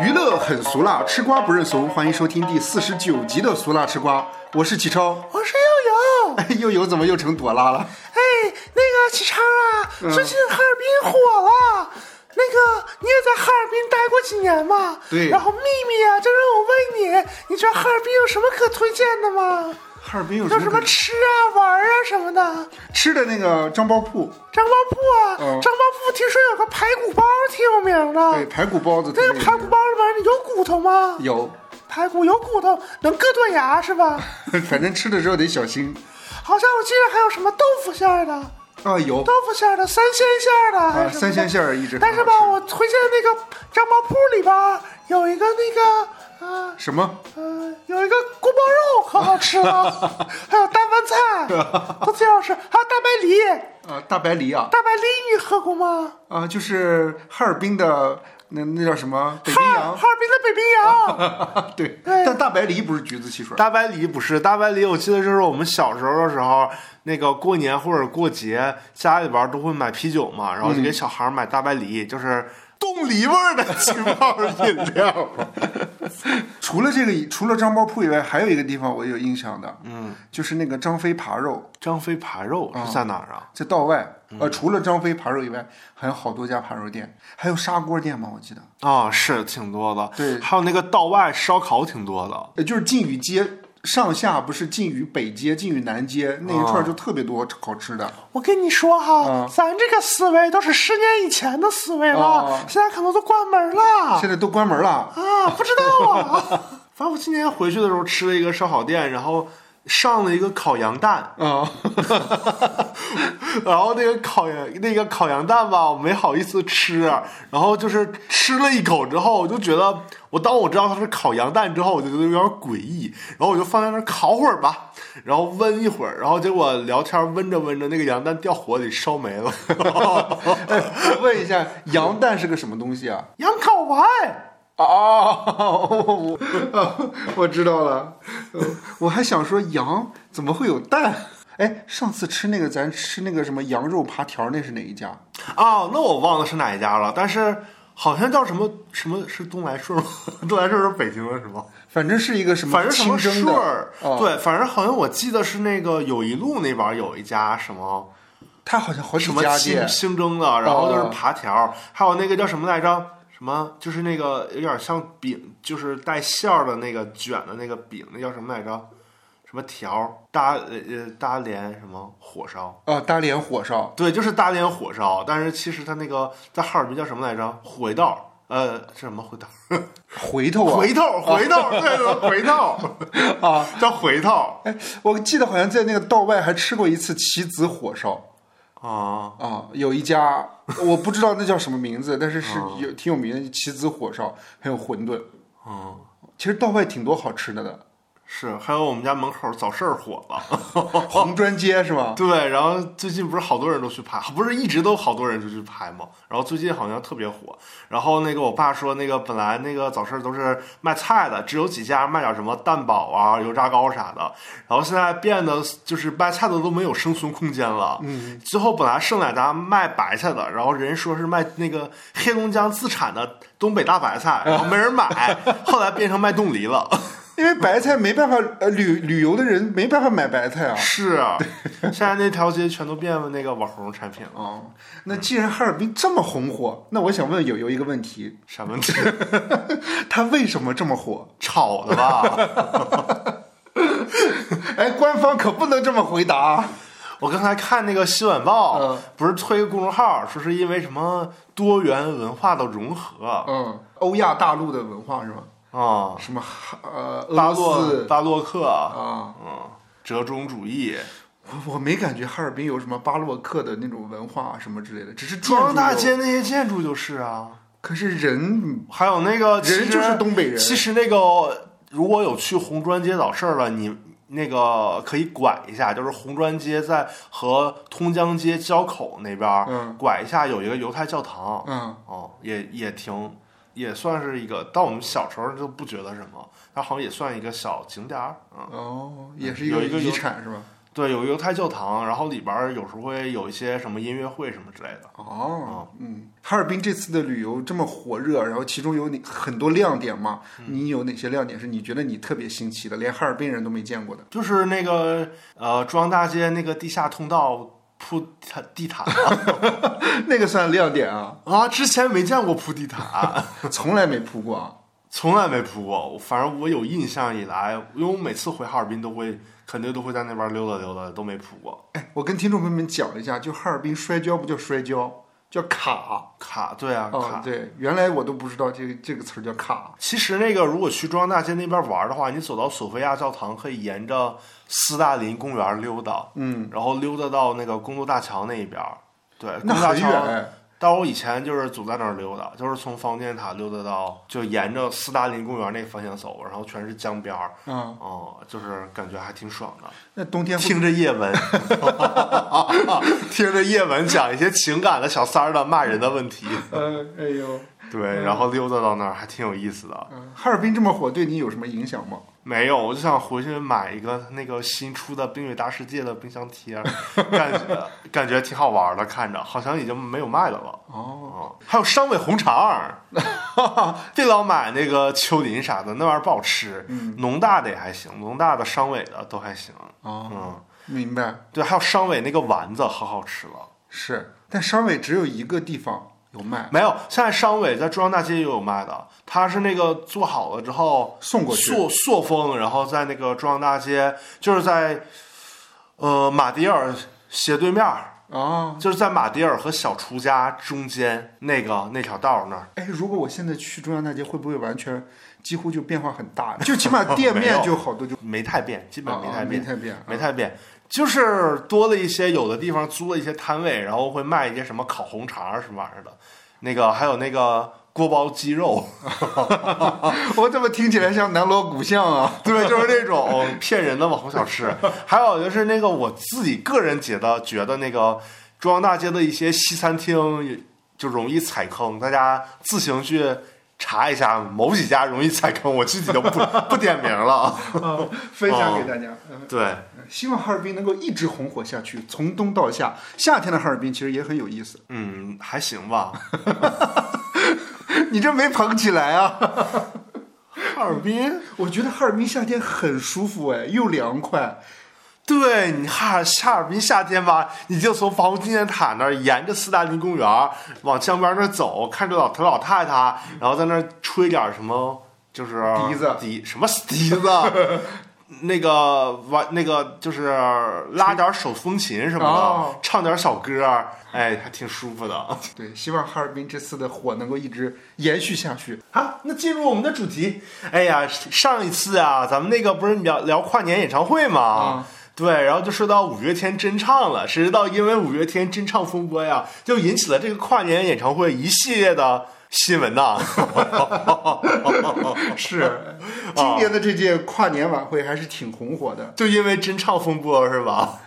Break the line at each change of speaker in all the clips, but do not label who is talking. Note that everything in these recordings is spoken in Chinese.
娱乐很俗辣，吃瓜不认怂。欢迎收听第四十九集的《俗辣吃瓜》，我是启超。
我是悠悠。
哎，悠悠怎么又成朵拉了？
哎，那个启超啊，
嗯
最近哈尔滨火了。那个，你也在哈尔滨待过几年嘛？
对
然后秘密啊，就让我问你，你觉得哈尔滨有什么可推荐的吗？
哈尔滨有
有什么
可
吃啊、玩儿啊什么的？
吃的那个张包铺？
张包铺啊，
嗯
张包铺听说有个排骨包挺有名
对，
的。
排骨包子特
那
别有名。
个排骨包里面有骨头吗？
有，
排骨有骨头，能硌断牙是吧？
反正吃的时候得小心。
好像我记得还有什么豆腐馅儿的。
啊，有
豆腐馅儿的、三鲜馅儿的，还是什么的
啊三鲜馅儿一直很好
但
吃
是吧，我推荐那个张包铺里边儿有一个那个，呃
什么？
呃，有一个锅包肉，可好 吃了，还有大拌菜，都挺好吃，还有大白梨。
啊，大白梨啊，
大白梨你喝过吗？
啊，就是哈尔滨的那那叫什么北
哈
冰
尔
洋
哈尔滨的北冰 洋，
对，
对
但大白梨不是橘子汽水。
大白梨不是大白梨，我记得就是我们小时候的时候，那个过年或者过节，家里边儿都会买啤酒嘛，然后就给小孩儿买大白梨，就是冻梨味儿的气泡饮料。
除了这个以，除了张包铺以外，还有一个地方我有印象的，嗯，就是那个张飞扒肉，
张飞扒肉是在哪儿啊？
在道外。呃，除了张飞扒肉以外，还有好多家扒肉店，还有砂锅店嘛，我记得，
啊，是挺多的。
对
还有那个道外烧烤挺多的。
呃，就是晋宇街上下不是晋宇北街、晋宇南街那一串儿就特别多好吃的。
我跟你说哈
嗯，
咱这个思维都是十年以前的思维
哦
了，现在可能都关门了
现在都关门了，
啊，不知道啊。
反正我今年回去的时候吃了一个烧烤店，然后上了一个烤羊蛋，
啊，
然后那个烤羊那个烤羊蛋吧，我没好意思吃，然后就是吃了一口之后，我就觉得我当我知道它是烤羊蛋之后，我就觉得有点诡异，然后我就放在那儿烤会儿吧，然后温一会儿，然后结果聊天温着温着，那个羊蛋掉火里烧没了。
我问一下，羊蛋是个什么东西啊？
羊睾丸。
哦，我我我知道了，呃我还想说羊怎么会有蛋？哎，上次吃那个咱吃那个什么羊肉扒条，那是哪一家？
啊，那我忘了是哪一家了，但是好像叫什么什么是东来顺吗？ 东来顺是北京的是吗？
反正是一个什么
反正什
清
么
蒸
顺
的，
儿，
哦，
对，反正好像我记得是那个友谊路那边儿有一家什么
它好像好几
什么
家
清
店，
清蒸的，然后就是
哦
扒条儿，还有那个叫什么来着？什么就是那个有点像饼，就是带馅儿的那个卷的那个饼，那叫什么来着？什么条儿搭呃呃搭连什么火烧？
啊，大连火烧，
对，就是搭连火烧，但是其实它那个在哈尔滨叫什么来着？回道儿。呃，是什么回道儿？
回头啊，
回道儿，回道儿，对对，回道儿
啊，
叫回道
哎，我记得好像在那个道外还吃过一次棋子火烧
儿啊。
啊，有一家我不知道那叫什么名字，但是是有挺有名的棋子火烧，还有馄饨。
嗯，
其实道外挺多好吃的的，
是，还有我们家门口早市儿火了，
红砖街是吧？
对，然后最近不是好多人都去拍，不是一直都好多人就去拍嘛，然后最近好像特别火，然后那个我爸说那个本来那个早市都是卖菜的，只有几家卖点什么蛋堡啊、油炸糕啥的，然后现在变得就是卖菜的都没有生存空间了，嗯，最后本来剩两家卖白菜的，然后人说是卖那个黑龙江自产的东北大白菜，然后没人买，后来变成卖冻梨了。
因为白菜没办法，呃，旅旅游的人没办法买白菜啊。
是啊，现在那条街全都变为那个网红产品了，
哦，那既然哈尔滨这么红火，那我想问友友一个问题：
啥问题？
它为什么这么火？
炒的吧？
哎，官方可不能这么回答啊。
我刚才看那个新晚报，
嗯
不是推公众号，说是因为什么多元文化的融合啊、
嗯，欧亚大陆的文化是吗？什么哈呃，嗯俄
巴
罗
洛
斯
巴洛克，
啊？
嗯，折中主义，
我我没感觉哈尔滨有什么巴洛克的那种文化啊什么之类的，只是建筑
中央大
有。
街那些建筑就是啊，
可是人
还有那个哦其
人
实
就是东北人
其实那个如果有去红砖街早市儿了，你那个可以拐一下，就是红砖街在和通江街交口那边儿，
嗯
拐一下有一个犹太教堂，
嗯，
哦，也也挺也算是一个，但我们小时候就不觉得什么，它好像也算一个小景点儿，嗯，
哦，也是
有一个
遗
有
产是吧？
对，有犹太教堂，然后里边儿有时候会有一些什么音乐会什么之类的。
哦，嗯，哈尔滨这次的旅游这么火热，然后其中有你很多亮点嘛？你有哪些亮点是你觉得你特别新奇的，连哈尔滨人都没见过的？
就是那个呃，中央大街那个地下通道铺地地毯
那个算亮点啊，
啊，之前没见过铺地毯，啊
从来没铺过啊。
从来没铺过。我反正我有印象以来，因为我每次回哈尔滨都会，肯定都会在那边溜达溜达，都没铺过
哎，我跟听众朋友们讲一下，就哈尔滨摔跤不叫摔跤，叫卡。
卡。对啊，
啊，
卡。
对，原来我都不知道这个这个词儿叫卡。
其实那个，如果去中央大街那边玩的话，你走到索菲亚教堂，可以沿着斯大林公园溜达，嗯，然后溜达到那个公路大桥那一边儿。对，公
那
路大
很
桥。
远，
但我以前就是总在那儿溜达，就是从方尖塔溜达到，就沿着斯大林公园那个方向走，然后全是江边儿，
嗯，
哦、就是感觉还挺爽 的。
那冬天会
听着 叶文，听着叶文讲一些情感的小三儿的骂人的问题，
呃，哎呦，
对，然后溜达到那儿还挺有意思的。
嗯哈尔滨这么火，对你有什么影响吗？
没有，我就想回去买一个那个新出的《冰与大世界》的冰箱贴 儿，感觉感觉挺好玩的，看着好像已经没有卖的了。
哦，
哦，还有商尾红 肠儿，别老买那个丘陵啥的，那玩意儿不好吃。
嗯
农大的也还行，农大的商尾的都还行。
哦，
嗯，
明白，
对，还有商尾那个丸子，好好吃了。
是，但商尾只有一个地方有卖，
没有，现在商尾在中央大街也有卖的，它是那个做好了之后
送过去。
塑塑封，然后在那个中央大街，就是在呃马迭尔斜对面儿，
啊，
就是在马迭尔和小厨家中间那个那条道儿那儿。
哎，如果我现在去中央大街，会不会完全几乎就变化很大？ 就起码店面就好多就，
没太变，基本
啊
没
啊
太
没
变，
太变，
没太变，就是多了一些，有的地方租了一些摊位，然后会卖一些什么烤红肠儿什么玩意儿的，那个还有那个锅包鸡肉，
我怎么听起来像南锣鼓巷啊？
对，就是那种骗人的网红小吃。还有就是那个我自己个人觉得，觉得那个中央大街的一些西餐厅也就容易踩坑，大家自行去。查一下某几家容易踩坑，我具体都不 不点名了。
分享给大家。嗯
对，
希望哈尔滨能够一直红火下去，从冬到夏。夏天的哈尔滨其实也很有意思，
嗯，还行吧。
你这没捧起来 啊？
哈尔滨
我觉得哈尔滨夏天很舒服哎，又凉快。
对你哈哈尔滨夏天吧，你就从防空纪念塔那儿沿着斯大林公园往江边那儿走，看着老头老太太，然后在那儿吹点什么，就是
笛子
笛什么笛子，那个玩那个就是拉点手风琴什么 的，
哦
唱点小歌儿，哎，还挺舒服的
对，希望哈尔滨这次的火能够一直延续下去。
啊。那进入我们的主题，哎呀，上一次啊，咱们那个不是聊聊跨年演唱会吗？
啊
对，然后就说到五月天真唱了，谁知道因为五月天真唱风波呀，就引起了这个跨年演唱会一系列的新闻呐。
是， 今年的这届跨年晚会还是挺红火的。
就因为真唱风波是吧？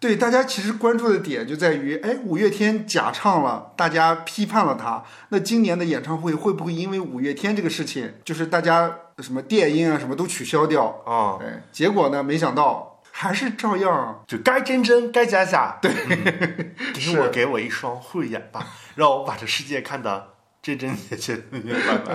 对，大家其实关注的点就在于，哎，五月天假唱了，大家批判了他。那今年的演唱会会不会因为五月天这个事情，就是大家什么电音啊什么都取消掉？
啊、
哎，结果呢，没想到还是照样。
就该真真该假假。对，给我给我一双慧眼吧，让我把这世界看得真真切切明明白白。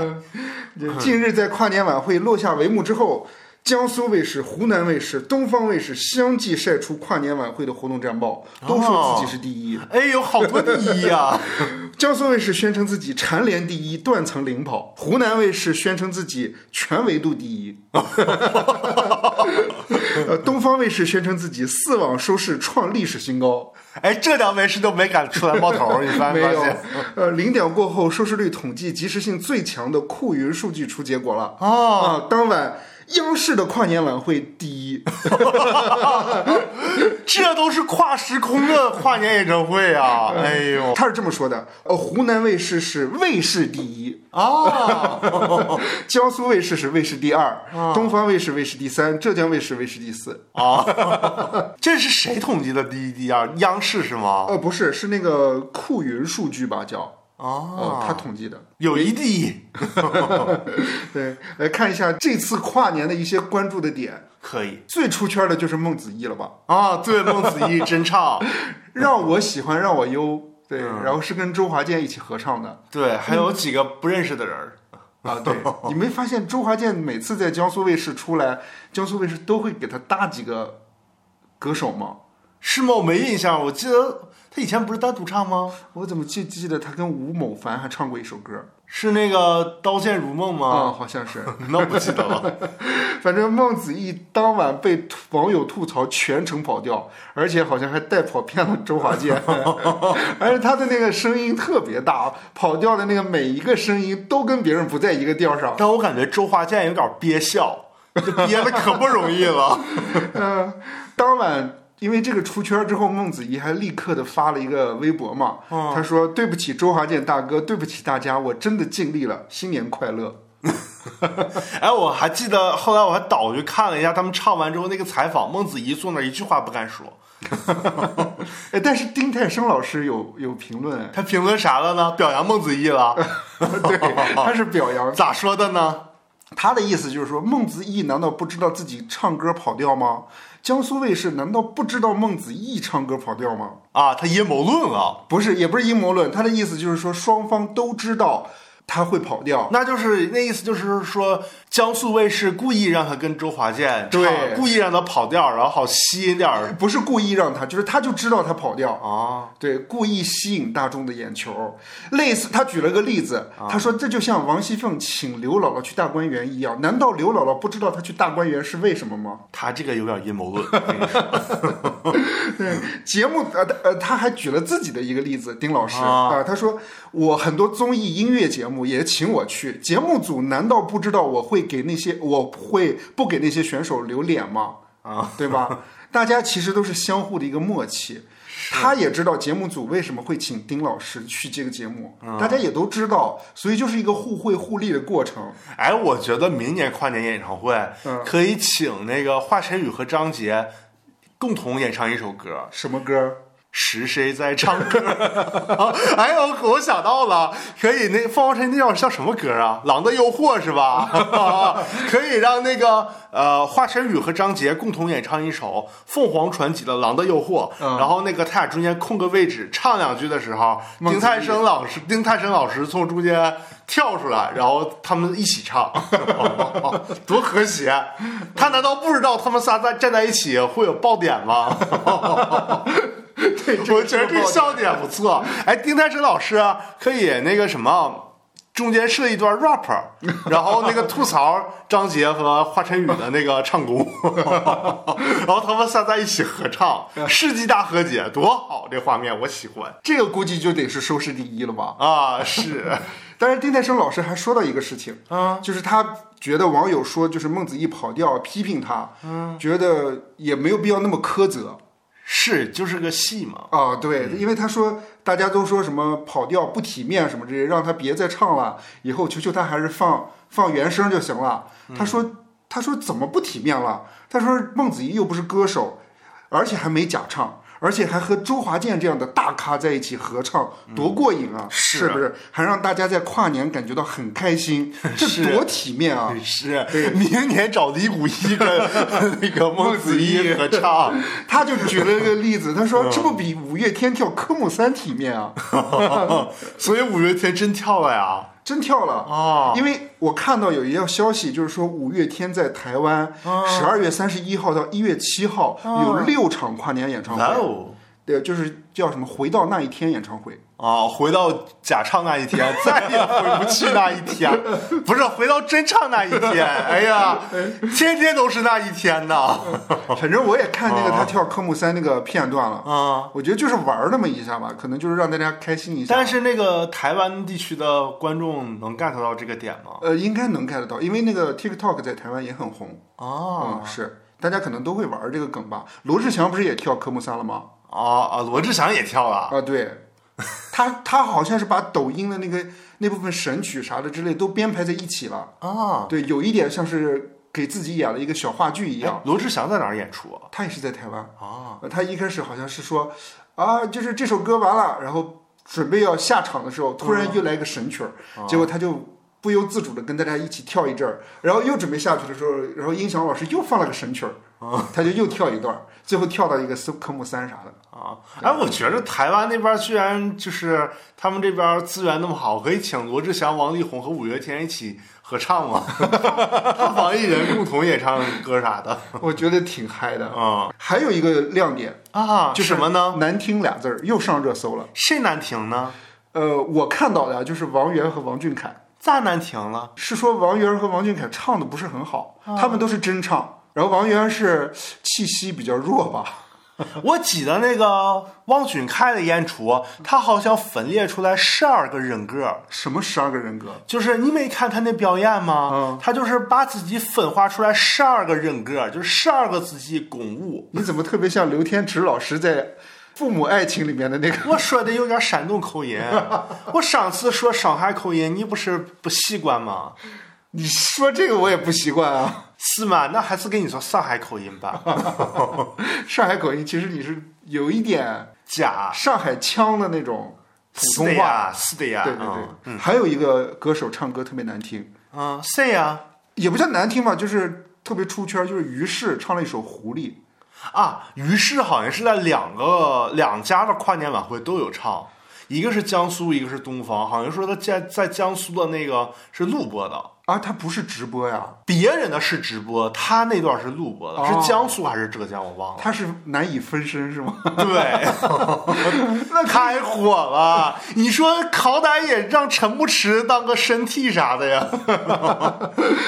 近日在跨年晚会落下帷幕之后，江苏卫视、湖南卫视、东方卫视相继晒出跨年晚会的活动战报，都说自己是第一。
哎呦，好多第一呀！
江苏卫视宣称自己蝉联第一，断层领跑；湖南卫视宣称自己全维度第一； 呃，东方卫视宣称自己四网收视创历史新高。
哎，这两位是都没敢出来冒头，你发
没
没发
有
现？，
呃，零点过后收视率统计及时性最强的酷云数据出结果了
哦
啊！当晚央视的跨年晚会第一，
这都是跨时空的跨年演唱会啊！哎呦，
他是这么说的：呃，湖南卫视是卫视第一，
啊，
江苏卫视是卫视第二，
哦
东方卫视卫视第三，浙江卫视卫视第四。
这是
嗯
谁统计的第一第二？央视是吗？
呃，不是，是那个酷云数据吧？叫
哦
他统计的。
友谊第一，
对，来看一下这次跨年的一些关注的点。
可以
最出圈的就是孟子义了吧？
啊，对，孟子义真唱，
让我喜欢让我忧。对，
嗯
然后是跟周华健一起合唱的
对，还有几个不认识的人儿，
啊。对，你没发现周华健每次在江苏卫视出来，江苏卫视都会给他搭几个歌手吗？
是吗？我没印象，我记得他以前不是单独唱吗？
我怎么记记得他跟吴某凡还唱过一首歌
是那个《刀剑如梦》
啊、
吗？
好像是。
那我不记得了。
反正孟子义当晚被吐网友吐槽全程跑调，而且好像还带跑偏了周华 健，而且他的那个声音特别大，跑调的那个每一个声音都跟别人不在一个调上。
但我感觉周华健有点憋笑，这憋的可不容易了。
嗯，当晚。因为这个出圈之后，孟子义还立刻的发了一个微博嘛，他说：“对不起，周华健大哥，对不起大家，我真的尽力了，新年快乐。
哎，我还记得后来我还倒去看了一下他们唱完之后那个采访，孟子怡坐那儿一句话不敢说，”
哎，但是丁太升老师有有评论， 哎
他评论啥了呢？表扬孟子怡了，
对，他是表扬
咋说的呢？
他的意思就是说，孟子义难道不知道自己唱歌跑调吗？江苏卫视难道不知道孟子义唱歌跑调吗？
啊，他阴谋论了，
不是，也不是阴谋论，他的意思就是说，双方都知道他会跑调。
那就是那意思就是说江苏卫视故意让他跟周华健唱
对
故意让他跑调，然后好吸引 点儿
不是故意让他，就是他就知道他跑调，
啊。
对，故意吸引大众的眼球。类似他举了个例子，他说这就像王熙凤请刘姥姥去大观园一样，难道刘姥姥不知道她去大观园是为什么吗？
他这个有点阴谋论， 我跟你说
节目呃呃，他还举了自己的一个例子，丁老师
啊
啊、他说我很多综艺音乐节目也请我去，节目组难道不知道我会给那些我会不给那些选手留脸吗？
啊，
对 吧？大家其实都是相互的一个默契。他也知道节目组为什么会请丁老师去这个节目，大家也都知道，所以就是一个互惠互利的过程。
哎，我觉得明年跨年演唱会可以请那个华晨宇和张杰共同演唱一首歌，
什么歌？
是谁在唱歌？ 哎呦，我想到了，可以那凤凰晨那叫叫什么歌啊？《狼的诱惑》是吧？ 可以让那个呃华晨宇和张杰共同演唱一首凤凰传奇的《狼的诱惑》，然后那个他俩中间空个位置，唱两句的时候，
孟
丁
子义
太升老师丁太升老师从中间跳出来，然后他们一起唱， 多和谐！他难道不知道他们仨在站在一起会有爆点吗？
对，
我觉得这
个
个
笑
笑点不错。哎，丁太升老师啊可以那个什么。中间设一段 rap，然后那个吐槽张杰和华晨宇的那个唱功，然后他们仨在一起合唱，世纪大和解，多好！这画面我喜欢
这个估计就得是收视第一了吧？
啊！是，
但是丁太升老师还说到一个事情，
啊，
就是他觉得网友说就是孟子义跑调，批评他，嗯，觉得也没有必要那么苛责
是就是个戏嘛。
啊，对，因为他说大家都说什么跑调不体面什么之类，让他别再唱了，以后求求他还是放放原声就行了。他说他说怎么不体面了？他说孟子义又不是歌手，而且还没假唱。而且还和周华健这样的大咖在一起合唱，多过瘾啊！
是
不是？还让大家在跨年感觉到很开心，这多体面 啊！
是，明年找李谷一跟那个孟子义合唱，
他就举了一个例子，他说这不比五月天跳科目三体面啊？
所以五月天真跳了呀！
真跳了！
啊，
因为我看到有一条消息，就是说五月天在台湾
哦
十二月三十一号到一月七号有六场跨年演唱
哇
会，
哦！
对，就是叫什么“回到那一天”演唱会。
啊，回到假唱那一天，再也回不去那一天，不是回到真唱那一天。哎呀，天天都是那一天呐！哦
反正我也看那个他跳科目三那个片段了，
啊，
我觉得就是玩儿那么一下吧，可能就是让大家开心一下。
但是那个台湾地区的观众能 get 到这个点吗？
呃，应该能 get 到，因为那个 TikTok 在台湾也很红。
啊
嗯，是，大家可能都会玩这个梗吧。罗志祥不是也跳科目三了吗？
啊啊！罗志祥也跳了
啊，对，他他好像是把抖音的那个那部分神曲啥的之类都编排在一起了。
啊！
对，有一点像是给自己演了一个小话剧一
哎
样。
罗志祥在哪儿演出啊？
他也是在台湾，
啊
呃他一开始好像是说啊，就是这首歌完了，然后准备要下场的时候，突然又来个神曲儿，
啊
结果他就不由自主的跟大家一起跳一阵儿，然后又准备下去的时候，然后音响老师又放了个神曲儿，他就又跳一段儿，最后跳到一个搜科目三啥的。
啊，哎，我觉着台湾那边居然就是他们这边资源那么好，可以请罗志祥、王力宏和五月天一起合 唱 嘛，防疫人共同演唱歌啥的
我觉得挺嗨的。
啊
还有一个亮点，
啊，
就是
什么呢？
难听俩字儿又上热搜了。
谁难听呢？
呃，我看到的啊就是王源和王俊凯，
咋难听了？
是说王源和王俊凯唱的不是很好，
啊
他们都是真唱，然后王源是气息比较弱吧。
我记得那个汪俊凯的演出，他好像分裂出来十二个人格，
什么十二个人格？
就是你没看他那表演吗？
嗯
他就是把自己分化出来十二个人格，就是十二个自己公务。
你怎么特别像刘天池老师在《父母爱情》里面的那个？
我说的有点山东口音，我上次说上海口音，你不是不习惯吗？
你说这个我也不习惯啊。
是吗？那还是跟你说上海口音吧，
上海口音其实你是有一点
假。
上海腔的那种普
是的
通话。
呀，是的呀，
对对
嗯
对，还有一个歌手唱歌特别难听，
嗯，谁呀？
也不叫难听吧，就是特别出圈，就是于适唱了一首《狐狸》，
啊，于是好像是在两个两家的跨年晚会都有唱，一个是江苏，一个是东方，好像说他在在江苏的那个是录播的，
啊，他不是直播呀，
别人的是直播，他那段是录播的，
哦
是江苏还是浙江我 忘了。
他是难以分身是吗？
对，那太火了！你说好歹也让陈牧驰当个身替啥的呀，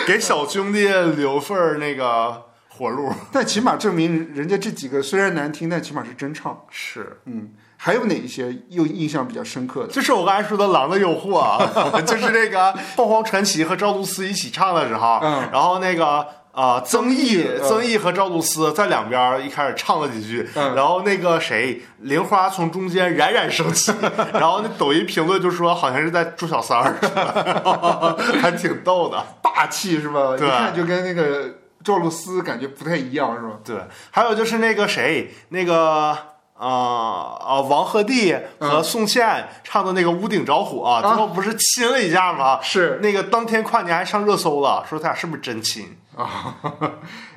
给小兄弟留份儿那个活路。
但起码证明人家这几个虽然难听，但起码是真唱。
是，
嗯，还有哪一些又印象比较深刻的？
就是我刚才说的《狼的诱惑》 啊，就是那个凤凰传奇和赵露思一起唱的时候，
嗯
然后那个。啊，曾毅
曾毅，嗯
曾毅和赵露思在两边儿一开始唱了几句，
嗯
然后那个谁，玲花从中间冉冉升 起，然后那抖音评论就说好像是在捉小三儿似的， 还挺逗的。
霸气是吧？一
对
看就跟那个赵露思感觉不太一样是吧？
对，还有就是那个谁，那个啊啊，王鹤棣
嗯
和宋茜唱的那个《屋顶着火》最后不是亲了一下吗？
啊是
那个当天跨年还上热搜了，说他俩是不是真亲？
啊，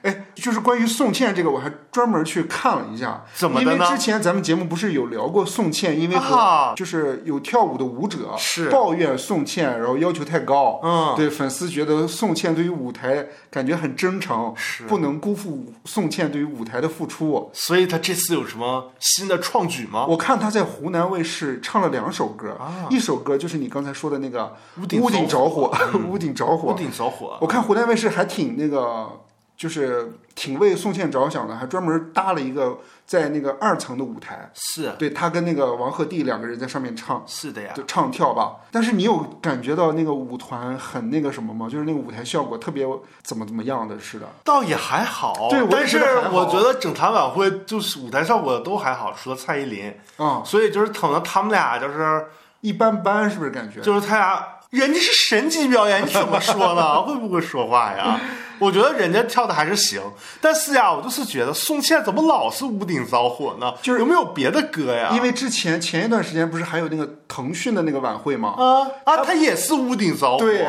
哎，就是关于宋茜这个，我还专门去看了一下，
怎么
因
的
为
呢
之前咱们节目不是有聊过宋茜，因为和
啊
就是有跳舞的舞者
是
抱怨宋茜，然后要求太高，
嗯
对粉丝觉得宋茜对于舞台感觉很真诚，
是啊
不能辜负宋茜对于舞台的付出。
所以他这次有什么新的创举吗？
我看她在湖南卫视唱了两首歌，一首歌就是你刚才说的那个
啊屋顶
屋顶
着嗯
着火，屋顶着火
屋，顶着火
我看湖南卫视还挺那个，就是挺为宋茜着想的，还专门搭了一个在那个二层的舞台，
是
对她跟那个王鹤棣两个人在上面唱，
是哎的呀，
就唱跳吧。但是你有感觉到那个舞团很那个什么吗？就是那个舞台效果特别怎么怎么样的似的。
倒也还好。
对我也
但
觉
是
得还好
我觉得整场晚会就是舞台效果都还好，除了蔡依林，
啊、
所以就是可能他们俩就是
一般般，是不是感觉？
就是他俩，人家是神级表演，你怎么说 呢？会不会说话呀？我觉得人家跳的还是行，但是呀，我就是觉得宋茜怎么老是屋顶着火呢？
就是
有没有别的歌呀？
因为之前前一段时间不是还有那个腾讯的那个晚会吗？
啊啊，他也是屋顶着火。啊
对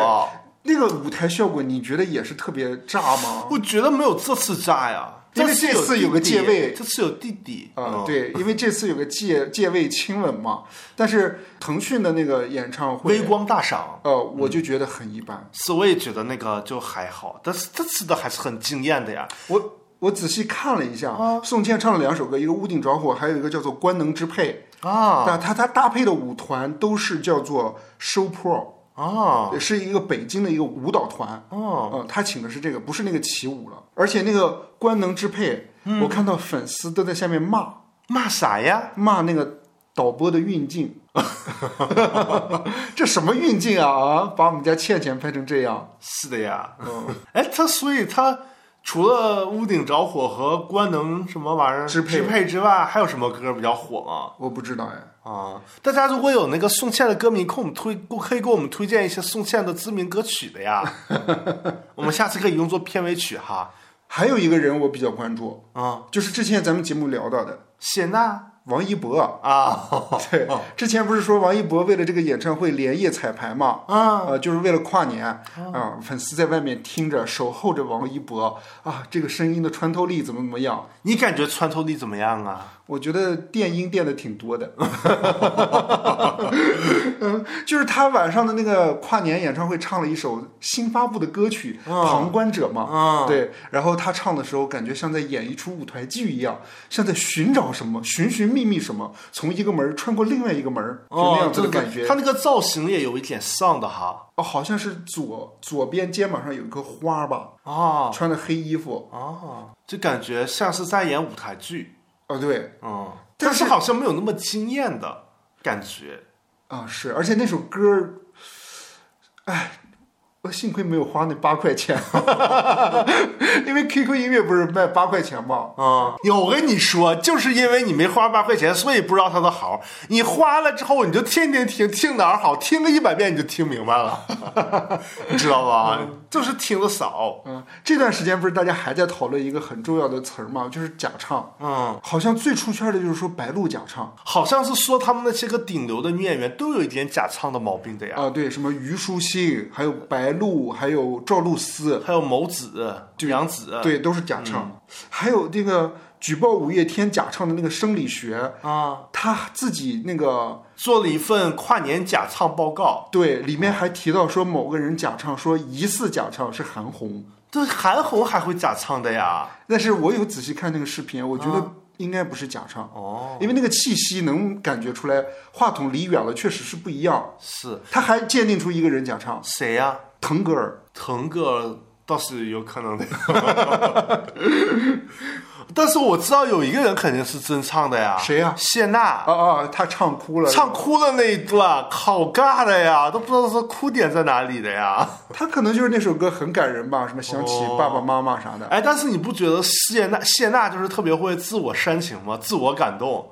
那个舞台效果你觉得也是特别炸吗？
我觉得没有这次炸呀，
因为
有
这次有个
弟弟
借位
这次有弟弟
啊、
嗯
对，因为这次有个借借位亲吻嘛，但是腾讯的那个演唱会
微，光大赏。
呃，我就觉得很一般。
是，我也觉得那个就还好，但是这次的还是很惊艳的呀。
我我仔细看了一下，
啊
宋茜唱了两首歌，一个《屋顶着火》，还有一个叫做《官能支配》。
啊
那她她搭配的舞团都是叫做 Show Pro，
啊
是一个北京的一个舞蹈团。
哦，
嗯，他请的是这个，不是那个起舞了。而且那个官能支配，
嗯
我看到粉丝都在下面骂，
骂啥呀？
骂那个导播的运镜， 这什么运镜啊啊！把我们家倩倩拍成这样，
是的呀，嗯，哎，他所以他除了呃屋顶着火和官能什么玩意儿
支配
之外，还有什么歌比较火吗？
我不知道哎。
啊，大家如果有那个宋茜的歌迷，给我们推，可以给我们推荐一些宋茜的知名歌曲的 呀。我们下次可以用作片尾曲哈。
还有一个人我比较关注，
啊，
就是之前咱们节目聊到的
谢娜，
王一博，
啊，
对，之前不是说王一博为了这个演唱会连夜彩排嘛，啊，呃，就是为了跨年，啊、粉丝在外面听着，守候着王一博啊，这个声音的穿透力怎么怎么样？
你感觉穿透力怎么样啊？
我觉得电音电的挺多的， 嗯，就是他晚上的那个跨年演唱会唱了一首新发布的歌曲《旁观者》嘛，
啊，
对，然后他唱的时候，感觉像在演一出舞台剧一样，像在寻找什么，寻寻觅觅什么，从一个门儿穿过另外一个门哦儿，就那样子的
对对
感觉。
哦他那个造型也有一点丧的哈。
哦，好像是左左边肩膀上有一个花吧，
啊
穿的黑衣服。
啊，就感觉像是在演舞台剧，
哦，对，
嗯，
但
但
是
是好像没有那么惊艳的感觉。
啊是，而且那首歌儿，哎，我幸亏没有花那八块钱， 因为 QQ 音乐不是卖八块钱吗？
啊、我跟你说，就是因为你没花八块钱，所以不知道它的好。你花了之后，你就天天听，听哪儿好，听个一百遍你就听明白了， 你知道吧？就是听的少。
嗯，这段时间不是大家还在讨论一个很重要的词儿吗？就是假唱。
嗯，
好像最出圈的就是说白鹿假唱
好像是说他们那些个顶流的女演员都有一点假唱的毛病的呀，
啊，对，什么虞书欣，还有白鹿，还有赵露思，
还有某子、杨子，
对，都是假唱。
嗯
还有那个举报五月天假唱的那个生理学，
啊，
他自己那个
做了一份跨年假唱报告。
对里面还提到说某个人假唱，说疑似假唱是韩红。
这韩红还会假唱的呀？
但是我有仔细看那个视频，我觉得应该不是假唱，
啊哦，
因为那个气息能感觉出来，话筒离远了确实是不一样。
是
他还鉴定出一个人假唱，
谁呀、
腾格尔。
腾格倒是有可能的， 但是我知道有一个人肯定是真唱的呀。
谁呀
谢娜。
啊啊，他唱哭了，
唱哭了那一段，好尬的呀，都不知道是哭点在哪里的呀。
他可能就是那首歌很感人吧，什么想起
哦
爸爸妈妈啥的。
哎，但是你不觉得谢娜谢娜就是特别会自我煽情吗？自我感动。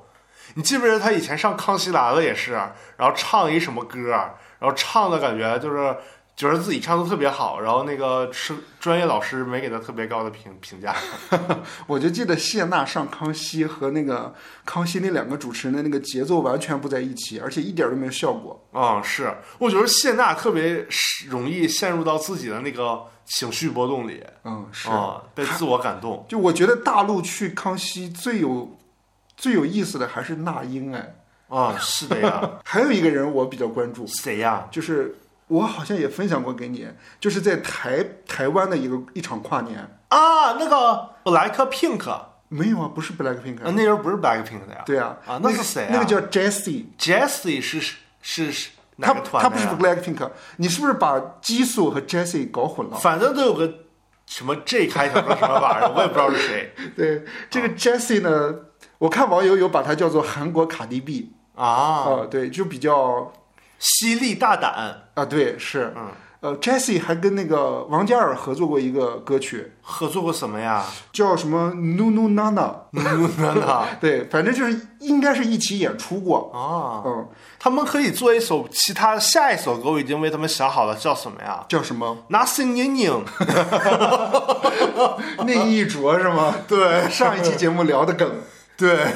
你记不记得她以前上《康熙来了》也是，然后唱一什么歌，然后唱的感觉就是觉得自己唱的特别好，然后那个是专业老师没给她特别高的评评价。
我就记得谢娜上康熙和那个康熙那两个主持人的那个节奏完全不在一起，而且一点儿都没有效果。
嗯，是，我觉得谢娜特别是容易陷入到自己的那个情绪波动里，
嗯，是。
啊、被自我感动。
就我觉得大陆去康熙最有最有意思的还是那英哎，
啊、是 的呀，
还有一个人我比较关注，
谁呀？
就是我好像也分享过给你，就是在台台湾的一个一场跨年，
啊，那个 Black Pink，、呃
没有啊，不是 BLACKPINK，、
那人不是 Black Pink 的呀？
对啊，
嗯啊
那
那
个
是谁啊
那个叫 Jessie。
Jessie 是是是
他
哪个团
他
的呀？
不是 BLACKPINK，你啊是不是把激素和 Jessie 搞混了？
反正都有个什么 J 开头的什么玩意儿，我也不知道是谁
对，这
啊
个 Jessie 呢，我看网友有把她叫做韩国卡迪 B 啊、
啊。
对，就比较
犀利大胆
啊，对，是，嗯，呃，Jessie 还跟那个王嘉尔合作过一个歌曲，
合作过什么呀？
叫什么 Nu Nu Nana，
啊
对，反正就是应该是一起演出过，
啊！
嗯，
他们可以做一首其他下一首歌，我已经为他们想好了，叫什么呀
叫什么
？Nothing in you，
宁一卓是吗？ 对，上一期节目聊的 梗，
对，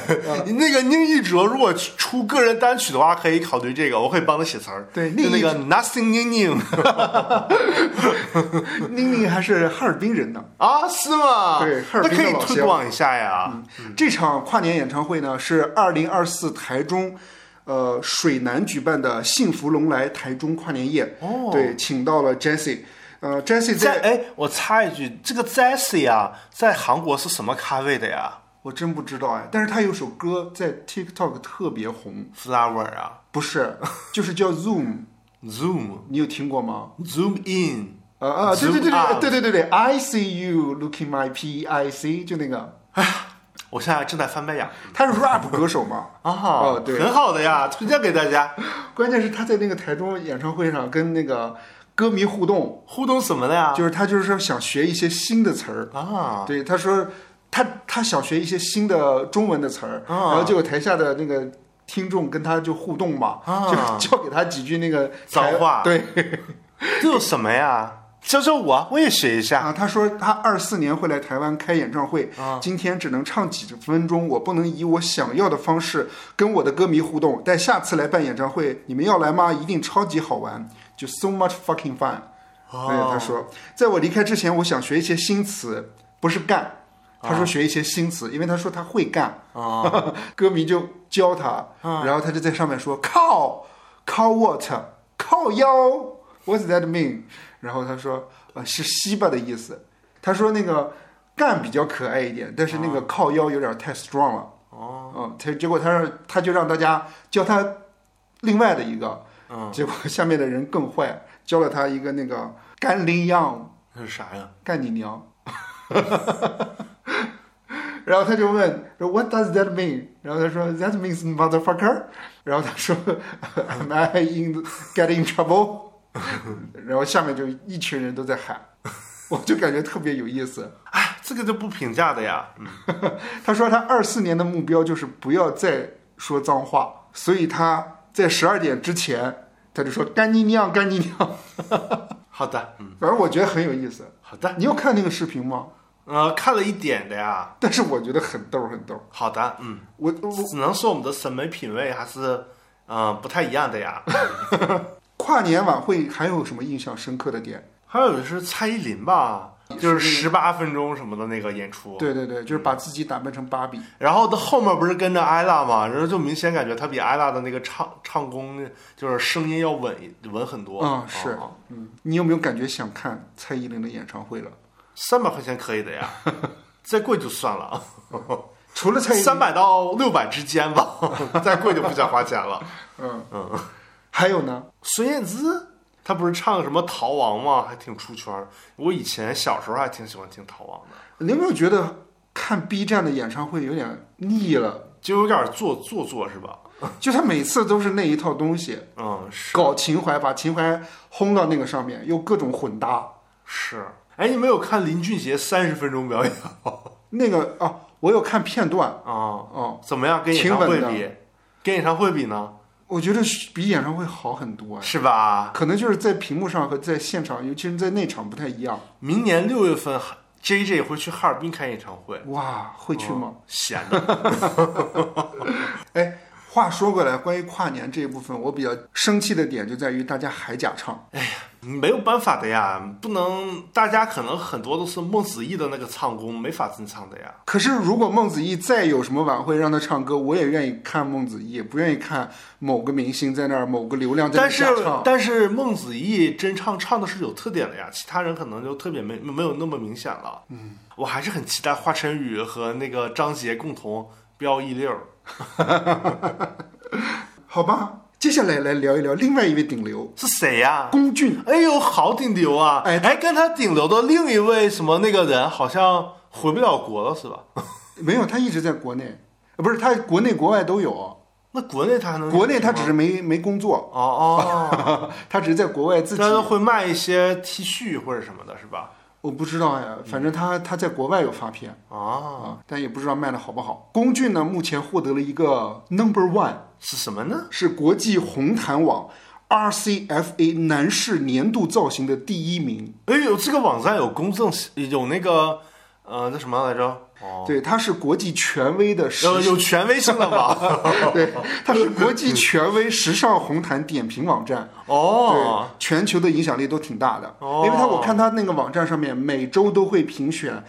你那个宁一喆如果出个人单曲的话，可以考虑这个，我会帮他写词儿。
对
就
宁
那
一
个 Nothing in you
宁宁还是哈尔滨人呢。
啊，是吗？
对哈尔
那
滨的
可以
老
推
乡嗯
广一下呀。
这场跨年演唱会呢，是二零二四台中，呃水南举办的“幸福龙来台中跨年夜”。哦，对，请到了 Jessie，呃，Jessie
在
在，
哎，我插一句，这个 Jessie 啊，在韩国是什么咖位的呀
我真不知道哎，但是她有首歌在 TikTok 特别红，
？Flower 啊
不是， 就是叫 Zoom，
，Zoom
你有听过吗？
Zoom in，
啊啊，对对对
Zoom 啊 out
对对对对对，I see you looking my P I C，就那个，
我现在正在翻白眼儿
他是 rap 歌手嘛，
啊、
哦对
很好的呀，推荐给大家。
关键是他在那个台中演唱会上跟那个歌迷互动，
互动什么的呀？
就是他就是说想学一些新的词儿，
啊，
对，他说他他想学一些新的中文的词儿，
啊
然后结果台下的那个听众跟他就互动嘛，
啊
就教给他几句那个
脏
台
话
对，
这有什么呀？教教我，我也学 一下。
啊，他说他二四年会来台湾开演唱会，今天只能唱几分钟，我不能以我想要的方式跟我的歌迷互动。但下次来办演唱会，你们要来吗？一定超级好玩，就 so much fucking fun。对，他说，在我离开之前，我想学一些新词，不是干。他说学一些新词，因为他说他会干， 歌迷就教他，然后他就在上面说靠靠 what 靠腰，What's that mean？然后他说呃是西巴的意思。他说那个干比较可爱一点，但是那个靠腰有点太 strong 了。哦，嗯，他结果他让他就让大家教他另外的一个，结果下面的人更坏，教了他一个那个干羚羊
那是啥呀？
干你娘！ 然后他就问说 What does that mean？然后他说 That means motherfucker。然后他说 Am I in get in trouble？然后下面就一群人都在喊，我就感觉特别有意思。
哎，这个就不评价的呀。嗯
他说他二四年的目标就是不要再说脏话，所以他在十二点之前他就说干你娘干你娘。
好的，嗯，
反正我觉得很有意思。
好的，
你有看那个视频吗？
呃，看了一点的呀。
但是我觉得很逗很逗。
好的，嗯，
我我
只能说我们的审美品味还是嗯、呃不太一样的呀。
跨年晚会还有什么印象深刻的点？
还有就是蔡依林吧，就是十八分钟什么的那个演出，
对对对，就是把自己打扮成芭比。
然后她后面不是跟着艾拉嘛，然后就明显感觉她比艾拉的那个唱唱功，就是声音要稳一稳很多。
嗯是
啊
嗯，你有没有感觉想看蔡依林的演唱会了？
三百块钱可 以的呀，再贵就算了啊，
除了蔡依
三
林，
百到六百之间吧， 再贵就不想花钱了。
嗯嗯，还有呢？
孙燕姿，她不是唱什么《逃亡》吗？还挺出圈儿。我以前小时候还挺喜欢听《逃亡》的，
你有没有觉得看 B 站的演唱会有点腻了？
就有点做做作是吧？
就他每次都是那一套东西，
嗯，是
搞情怀，把情怀轰到那个上面，又各种混搭。
是。哎，你没有看林俊杰三十分钟表演吗？
那个哦，我有看片段
啊，
哦，
怎么样？跟演唱会比，跟演唱会比呢，
我觉得是比演唱会好很多哎。
是吧？
可能就是在屏幕上和在现场，尤其是在内场不太一样。
明年六月份，J J 会去哈尔滨开演唱会，
哇，会去吗？
哦闲的。
哎，话说过来，关于跨年这一部分，我比较生气的点就在于大家还假唱。
没有办法的呀，不能，大家可能很多都是孟子义的那个唱功，没法真唱的呀。
可是如果孟子义再有什么晚会让他唱歌，我也愿意看孟子义，不愿意看某个明星在那儿某个流量在那
但
儿
是
假唱。
但是孟子义真唱唱的是有特点的呀，其他人可能就特别没没有那么明显了。嗯，我还是很期待华晨宇和那个张杰共同飙一溜儿。
好吧，接下来来聊一聊另外一位顶流
是谁呀、
龚俊。
哎呦，好顶流啊！
哎
哎，跟他顶流的另一位什么那个人好像回不了国了是吧？
没有，他一直在国内，呃不是他国内国外都有。
那国内他还能
国内他只
是
是没没工作，
哦哦，
他只是在国外自己
但。是会卖一些 T 恤或者什么的是吧？
我不知道呀，反正他他在国外有发片
嗯啊，
啊，但也不知道卖的好不好。龚俊呢，目前获得了一个 number one，
是什么呢？
是国际红毯网 RCFA 男士年度造型的第一名。
哎呦，这个网站有公正，有那个呃，那什么来着？哦，
对，他是国际权威的时
有有权威性 了吧？
对，他是国际权威时尚红毯点评网站，对
哦，，
全球的影响力都挺大的。
哦
因为他我看他那个网站上面每周都会评选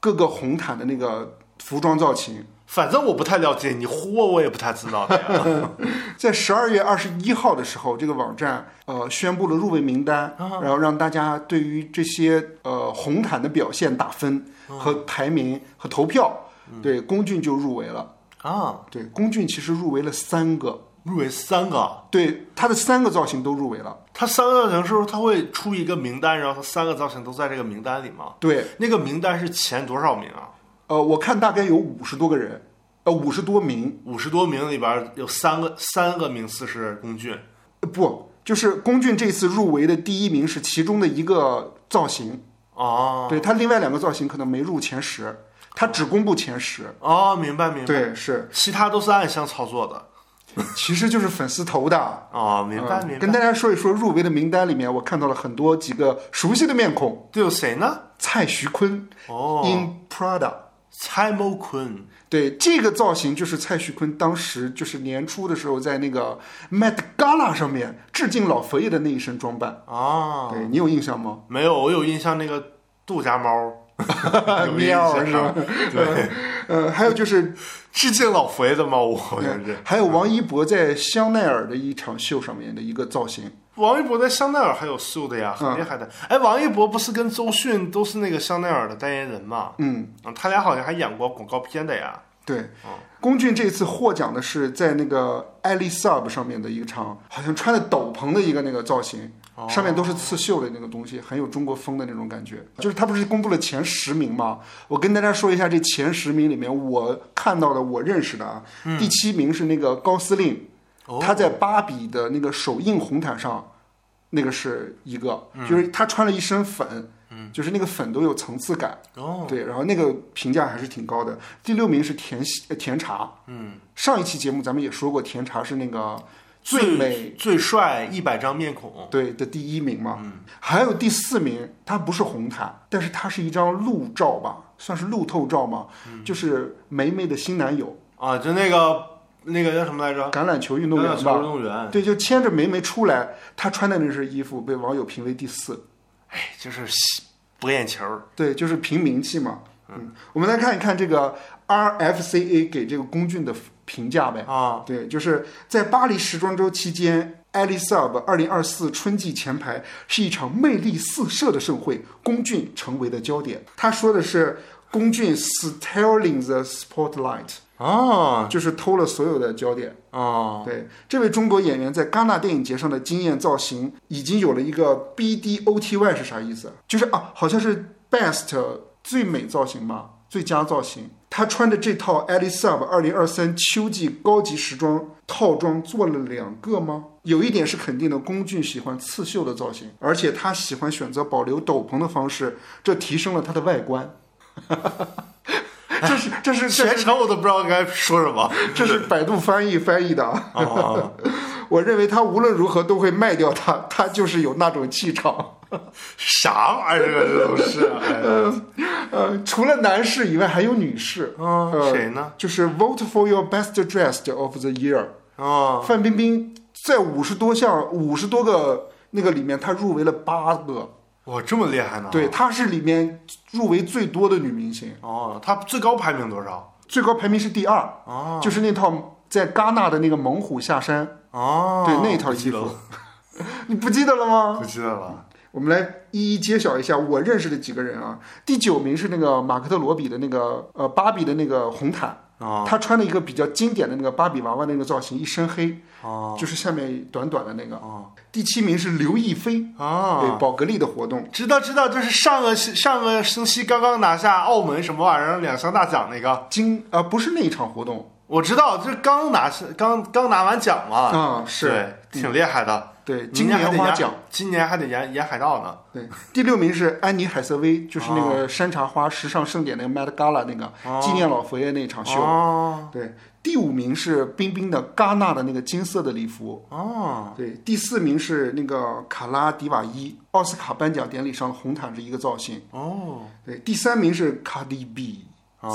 各个红毯的那个服装造型。
反正我不太了解，你唬我我也不太知道的 呀。
在十二月二十一号的时候，这个网站呃宣布了入围名单，然后让大家对于这些呃红毯的表现打分和排名和投票。对，龚俊就入围了。
啊，
对，龚俊其实入围了三个，
入围三个，
对他的三个造型都入围了。
他三个造型是不是他会出一个名单，然后他三个造型都在这个名单里吗？
对，
那个名单是前多少名啊？
呃，我看大概有五十多个人，呃，五十多名，
五十多名里边有三个三个名次是龚俊，
呃不，就是龚俊这次入围的第一名是其中的一个造型，
哦
对他另外两个造型可能没入前十，他只公布前十。
哦，明白明白，
对，是
其他都是暗箱操作的。
其实就是粉丝投的。
哦，明白明
嗯跟
白。
大家说一说入围的名单里面，我看到了很多几个熟悉的面孔，
都有谁呢？
蔡徐坤、
哦，
In Prada。
蔡某坤，
对，这个造型就是蔡徐坤当时就是年初的时候在那个 Met Gala 上面致敬老佛爷的那一身装扮。
啊，
对你有印象吗？
没有，我有印象那个杜 家猫，有印
喵
象
是吧？
对，
呃，还有就是，
致敬老佛爷的猫，好像是。
还有王一博在香奈儿的一场秀上面的一个造型。
王一博在香奈儿还有秀的
嗯
呀，很厉害的。哎，王一博不是跟周迅都是那个香奈儿的代言人嘛？
嗯，
嗯他俩好像还演过广告片的呀。
对。龚俊这次获奖的是在那个艾丽 Sub 上面的一场，好像穿的斗篷的一个那个造型，上面都是刺绣的那个东西，很有中国风的那种感觉。就是他不是公布了前十名吗？我跟大家说一下这前十名里面我看到的、我认识的啊，第七名是那个高司令，他在芭比的那个首映红毯上，那个是一个，就是他穿了一身粉，就是那个粉都有层次感。
哦，
对，然后那个评价还是挺高的。第六名是甜西呃甜茶，嗯，上一期节目咱们也说过，甜茶是那个最美
最帅一百张面孔，
对的第一名嘛。还有第四名，它不是红毯，但是它是一张路照吧，算是路透照嘛，就是梅梅的新男友，
啊，就那个那个叫什么来着？
橄榄球运动员
球运
吧。
动员。
对，就牵着梅梅出来，她穿的那身衣服被网友评为第四，
哎，就是吸博眼球儿。
对，就是凭名气嘛。嗯，我们来看一看这个 RFCA 给这个龚俊的评价呗。
啊，
对，就是在巴黎时装周期间。艾丽 Sub 二零二四春季前排是一场魅力四射的盛会，龚俊成为了焦点。他说的是龚俊 stealing the spotlight，
啊
就是偷了所有的焦点。
啊，
对，这位中国演员在戛纳电影节上的惊艳造型，已经有了一个 B D O T Y 是啥意思？就是啊，好像是 Best 最美造型吧，最佳造型。他穿着这套 a d i Sub 二零二三秋季高级时装套装做了两个吗？有一点是肯定的，龚俊喜欢刺绣的造型，而且他喜欢选择保留斗篷的方式，这提升了他的外观。 这是这是这
全
是
程我都不知道该说什么。
这是百度翻译翻译的啊。
啊，
我认为他无论如何都会卖掉它， 他就是有那种气场。
啥玩意儿啊？这都是。 哎呀
呃，除了男士以外，还有女士，
啊
呃，
谁呢？
就是 Vote for your best dressed of the year。
啊，
范冰冰在五十多项、五十多个那个里面，她入围了八个，
哇，这么厉害呢？
对，。她是里面入围最多的女明星，
哦，他最高排名多少？
最高排名是第二，
哦
就是那套在戛纳的那个猛虎下山，
哦，
对那一套
不记
衣
得
服
了，
你嗯不记得了吗？
不记得了。
我们来一一揭晓一下我认识的几个人啊。第九名是那个马克特罗比的那个呃芭比的那个红毯，
啊
他穿了一个比较经典的那个芭比娃娃的那个造型，一身黑，
啊
就是下面短短的那个。
啊
第七名是刘亦菲，对
啊！
宝格丽的活动。
知道知道，就是上个上个星期刚刚拿下澳门什么玩意儿两项大奖那个，
今啊、不是那一场活动
我知道，就是刚拿下刚刚拿完奖嘛。
啊、是
对，挺厉害的。
对
今
金
年还
莲
得
花
演
奖。，
今年还得演演海盗呢。
对，第六名是安妮海瑟薇，就是那
哦
个山茶花时尚盛典那个 Met Gala 那个、纪念老佛爷那场秀。
哦
对，第五名是冰冰的戛纳的那个金色的礼服，
哦，
对，第四名是那个卡拉迪瓦伊，奥斯卡颁奖典礼上的红毯是一个造型。
哦
对，第三名是卡迪 B，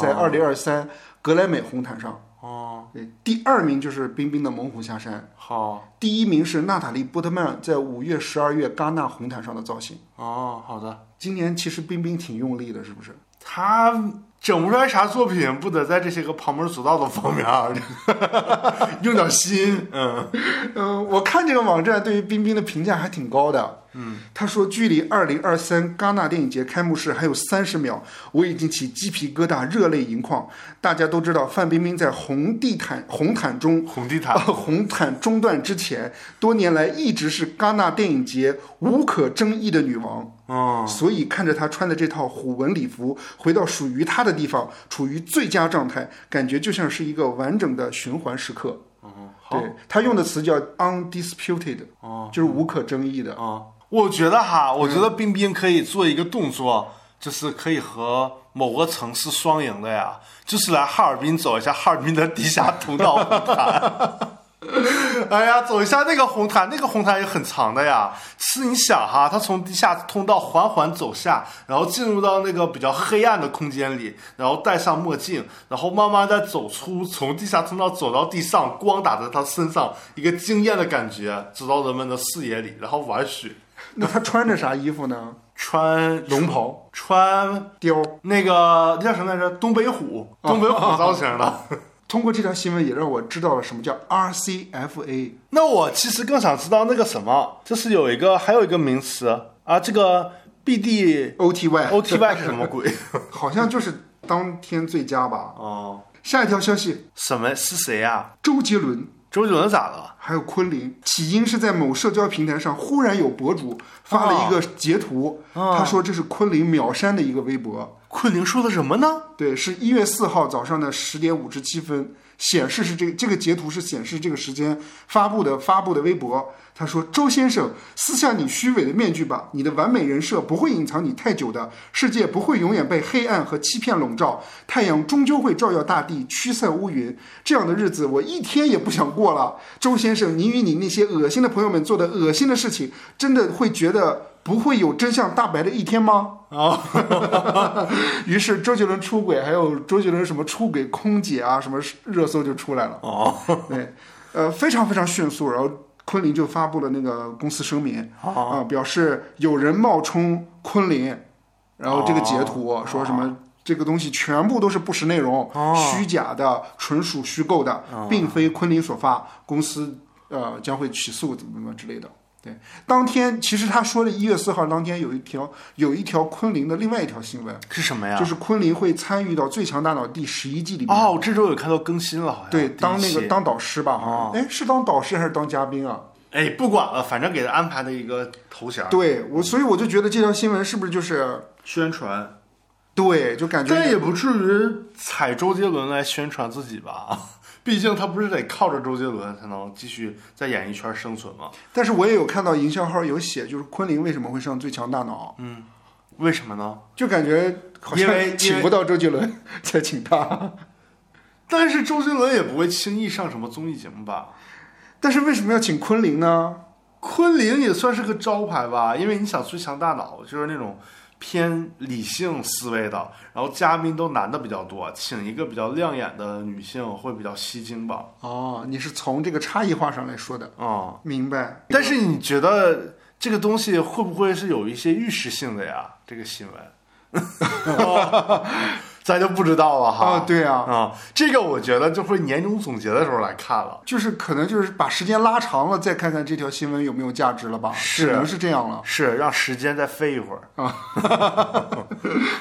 在二零二三格莱美红毯上。
哦，
对，第二名就是冰冰的猛虎下山，
好
第一名是娜塔莉波特曼在五月、十二月戛纳红毯上的造型。
哦，好的。
今年其实冰冰挺用力的，是不是？
他整不出来啥作品，不得在这些个旁门左道的方面啊儿用点心。嗯，
嗯，我看这个网站对于冰冰的评价还挺高的。嗯，他说距离二零二三戛纳电影节开幕式还有三十秒，我已经起鸡皮疙瘩，热泪盈眶。大家都知道，范冰冰在红地毯红毯中。
红地毯
红毯中断之前，多年来一直是戛纳电影节无可争议的女王，
嗯，
所以看着她穿的这套虎纹礼服回到属于她的地方，处于最佳状态，感觉就像是一个完整的循环时刻。
嗯，好
对他用的词叫 undisputed，就是无可争议的。
啊。我觉得哈，我觉得冰冰可以做一个动作，就是可以和某个城市 双赢的呀，就是来哈尔滨走一下哈尔滨的地下通道红毯哎呀，走一下那个红毯，那个红毯也很长的呀。是你想哈，它从地下通道缓缓走下，然后进入到那个比较黑暗的空间里，然后戴上墨镜，然后慢慢再走出，从地下通道走到地上，光打在他身上，一个惊艳的感觉，走到人们的视野里，然后玩雪，
那他穿着啥衣服呢？
穿
龙袍、
穿
貂。
那个那叫什么来着？东北虎，东北虎造型的。
通过这条新闻也让我知道了什么叫 RCFA。
那我其实更想知道那个什么，就是有一个还有一个名词啊，这个 B D
OTY
O T Y 是什么鬼？
好像就是当天最佳吧。
哦，
下一条消息，
什么是谁呀、
周杰伦
周杰伦咋了？
还有昆凌，起因是在某社交平台上忽然有博主发了一个截图，他说这是昆凌秒删的一个微博。
昆凌说的什么呢？
对，是一月四号早上的十点五十七分，显示是这个这个截图是显示这个时间发布的发布的微博。他说：“周先生，撕下你虚伪的面具吧，你的完美人设不会隐藏你太久的，世界不会永远被黑暗和欺骗笼罩，太阳终究会照耀大地，驱散乌云。这样的日子我一天也不想过了。周先生，你与你那些恶心的朋友们做的恶心的事情，真的会觉得不会有真相大白的一天吗？” 于是周杰伦出轨，还有周杰伦什么出轨空姐啊，什么热搜就出来了。
哦，
对，呃，非常非常迅速，然后昆凌就发布了那个公司声明啊、表示有人冒充昆凌，然后这个截图、说什么。这个东西全部都是不实内容，虚假的，纯属虚构的，并非昆凌所发。公司呃将会起诉，怎么怎么之类的。对，当天其实他说的一月四号当天有一条有一条昆凌的另外一条新闻，
是什哎么呀？
就是昆凌会参与到《最强大脑》第十一季里面。
哦，我这周有看到更新了，好像
对，
第一
当那个
期哦
当导师吧，好像，哎，是当导师还是当嘉宾啊？
哎，不管了，反正给他安排了一个头衔
对我，所以我就觉得这条新闻是不是就是
宣传，
对，就感
但
觉
也不至于踩周杰伦来宣传自己吧？ 毕竟他不是得靠着周杰伦才能继续在演艺圈生存吗？
但是我也有看到营销号有写，就是昆凌为什么会上《最强大脑》，
为什么呢？
就感觉好
因为因为
像请不到周杰伦 才请他。
但是周杰伦也不会轻易上什么综艺节目吧？
但是为什么要请昆凌呢？
昆凌也算是个招牌吧，因为你想最强大脑就是那种偏理性思维的，然后嘉宾都男的比较多，请一个比较亮眼的女性会比较吸睛吧。
哦，你是从这个差异化上来说的，
啊、
明白？
但是你觉得这个东西会不会是有一些预示性的呀？这个新闻， 咱就不知道了哈。
啊，对啊，
啊、这个我觉得就会年终总结的时候来看了。
就是可能就是把时间拉长了，再看看这条新闻有没有价值了吧？
是
只能是这样了。
是让时间再飞一会儿，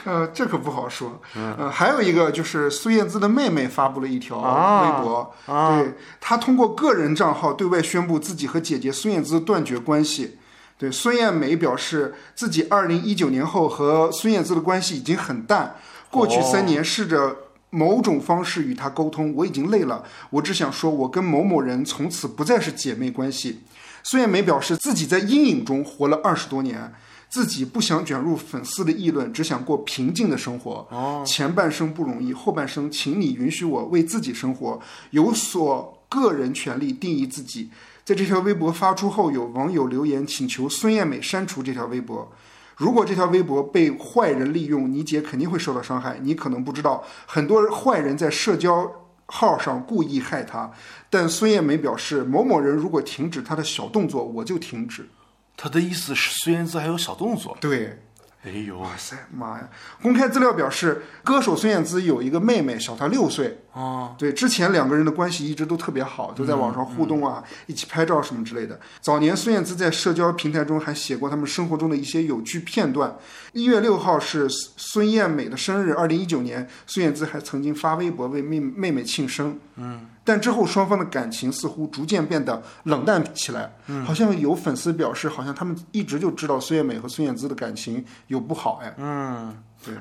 呃，这可不好说。呃，还有一个就是孙燕姿的妹妹发布了一条
啊
微博，对她通过个人账号对外宣布自己和姐姐孙燕姿断绝关系。对孙燕美表示，自己二零一九年后和孙燕姿的关系已经很淡，过去三年试着。某种方式与她沟通，我已经累了。我只想说，我跟某某人从此不再是姐妹关系。孙燕美表示自己在阴影中活了二十多年，自己不想卷入粉丝的议论，只想过平静的生活。前半生不容易，后半生，请你允许我为自己生活，有所个人权利定义自己。在这条微博发出后，有网友留言请求孙燕美删除这条微博。如果这条微博被坏人利用，你姐肯定会受到伤害。你可能不知道，很多坏人在社交号上故意害她。但孙燕美表示，某某人如果停止他的小动作，我就停止。
他的意思是孙燕姿还有小动作。
对，
哎呦，
哇塞，妈呀！公开资料表示，歌手孙燕姿有一个妹妹，小她六岁。
哦，
对，之前两个人的关系一直都特别好，都在网上互动啊，一起拍照什么之类的。早年孙燕姿在社交平台中还写过他们生活中的一些有趣片段。一月六号是孙燕美的生日，二零一九年，孙燕姿还曾经发微博为妹妹妹庆生。嗯，但之后双方的感情似乎逐渐变得冷淡起来。嗯，好像有粉丝表示，好像他们一直就知道孙燕美和孙燕姿的感情有不好哎。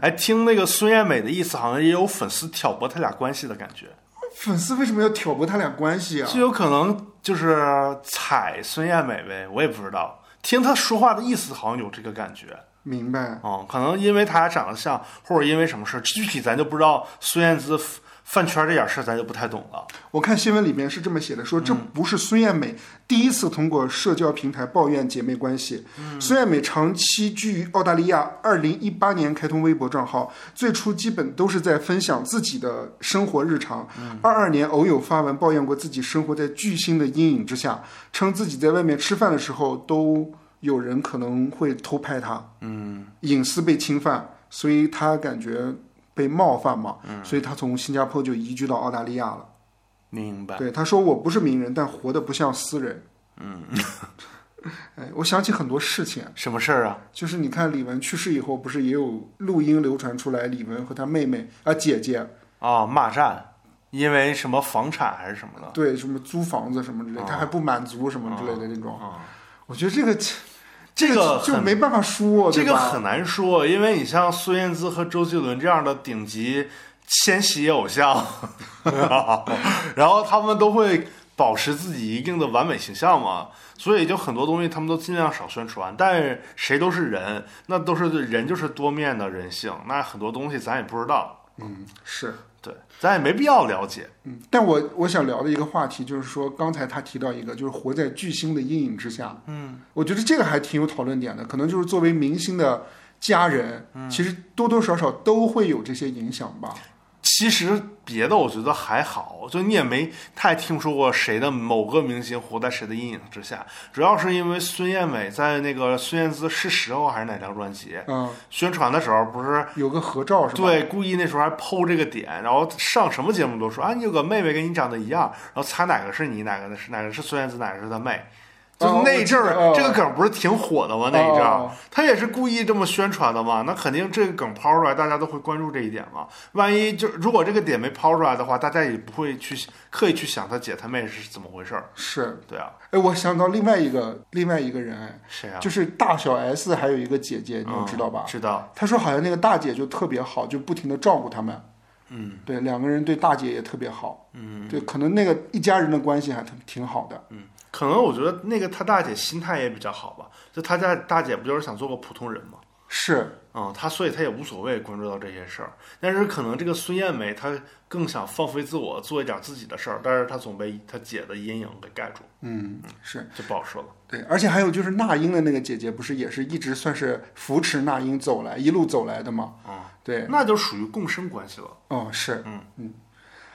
哎，听那个孙燕美的意思，好像也有粉丝挑拨他俩关系的感觉。
粉丝为什么要挑拨他俩关系啊？
这有可能就是踩孙燕美呗，我也不知道。听她说话的意思，好像有这个感觉。
明白。
哦、可能因为他俩长得像，或者因为什么事儿，具体咱就不知道孙燕姿饭圈这点事儿咱就不太懂了。
我看新闻里面是这么写的，说这不是孙艳美第一次通过社交平台抱怨姐妹关系。孙艳美长期居于澳大利亚，二零一八年开通微博账号，最初基本都是在分享自己的生活日常。二二年偶有发文抱怨过自己生活在巨星的阴影之下，称自己在外面吃饭的时候都有人可能会偷拍她，嗯，隐私被侵犯，所以她感觉被冒犯嘛，所以她从新加坡就移居到澳大利亚了。
明白，
对，他说我不是名人，但活得不像私人。嗯， 哎，我想起很多事情，
什么事儿啊？
就是你看李玟去世以后，不是也有录音流传出来，李玟和她妹妹啊姐姐，
啊，骂战，因为什么房产还是什么的？
对，什么租房子什么之类，
啊
她还不满足什么之类的那种。我觉得这个
这个
就
很
没办法说，
这
对
个
吧
很难说，因为你像孙燕姿和周杰伦这样的顶级千禧偶像， 啊然后他们都会保持自己一定的完美形象嘛，所以就很多东西他们都尽量少宣传。但是谁都是人，那都是人就是多面的人性，那很多东西咱也不知道，
嗯是。
对，咱也没必要了解。
嗯，但我我想聊的一个话题就是说，刚才他提到一个，就是活在巨星的阴影之下。嗯，我觉得这个还挺有讨论点的，可能就是作为明星的家人，
嗯
其实多多少少都会有这些影响吧。
其实别的我觉得还好，就你也没太听说过谁的某个明星活在谁的阴影之下，主要是因为孙燕美在那个孙燕姿是时候还是哪张专辑
嗯，
宣传的时候，不是
有个合照是吧？，
对故意那时候还剖这个点，然后上什么节目都说啊你有个妹妹跟你长得一样，然后猜哪个是你，哪个是哪个是孙燕姿，哪个是她妹。
哦
就那一阵儿，
我记得哦
这个梗不是挺火的吗？那一阵儿，
哦
他也是故意这么宣传的嘛。那肯定这个梗抛出来，大家都会关注这一点嘛。万一就如果这个点没抛出来的话，大家也不会去刻意去想他姐他妹是怎么回事儿。
是。
对啊，
哎，我想到另外一个另外一个人，哎，
谁啊？
就是大小 S 还有一个姐姐，你
嗯
有知道吧？
知道。
他说好像那个大姐就特别好，就不停的照顾他们。
嗯，
对，两个人对大姐也特别好。嗯，对，可能那个一家人的关系还挺挺好的。
可能我觉得那个他大姐心态也比较好吧，就他家大姐不就是想做个普通人吗？
是，
嗯，他所以他也无所谓关注到这些事儿，但是可能这个孙艳梅她更想放飞自我，做一点自己的事儿，但是她总被她姐的阴影给盖住，
嗯，是
就不好说了。
对，而且还有就是那英的那个姐姐，不是也是一直算是扶持那英走来，一路走来的嘛？
啊、
对，
那就属于共生关系了。
哦，是，
嗯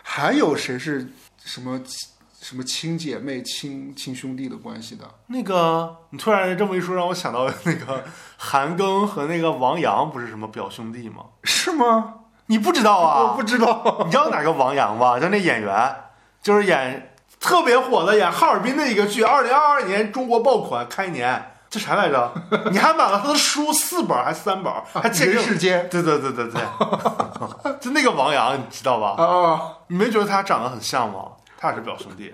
还有谁是什么亲什么亲姐妹、亲亲兄弟的关系的？
那个，你突然这么一说，让我想到那个韩庚和那个王阳不是什么表兄弟吗？
是吗？
你不知道
我
啊？
不知 道。
你知道哪个王阳吧？就那演员，就是演特别火的，演哈尔滨的一个剧，二零二二年中国爆款开年，这啥来着？你还买了他的书四本还是三本，还借给
人
我
世间
对对对对对， 就那个王阳，你知道吧？
啊啊，
你没觉得他长得很像吗？他俩是表兄 弟。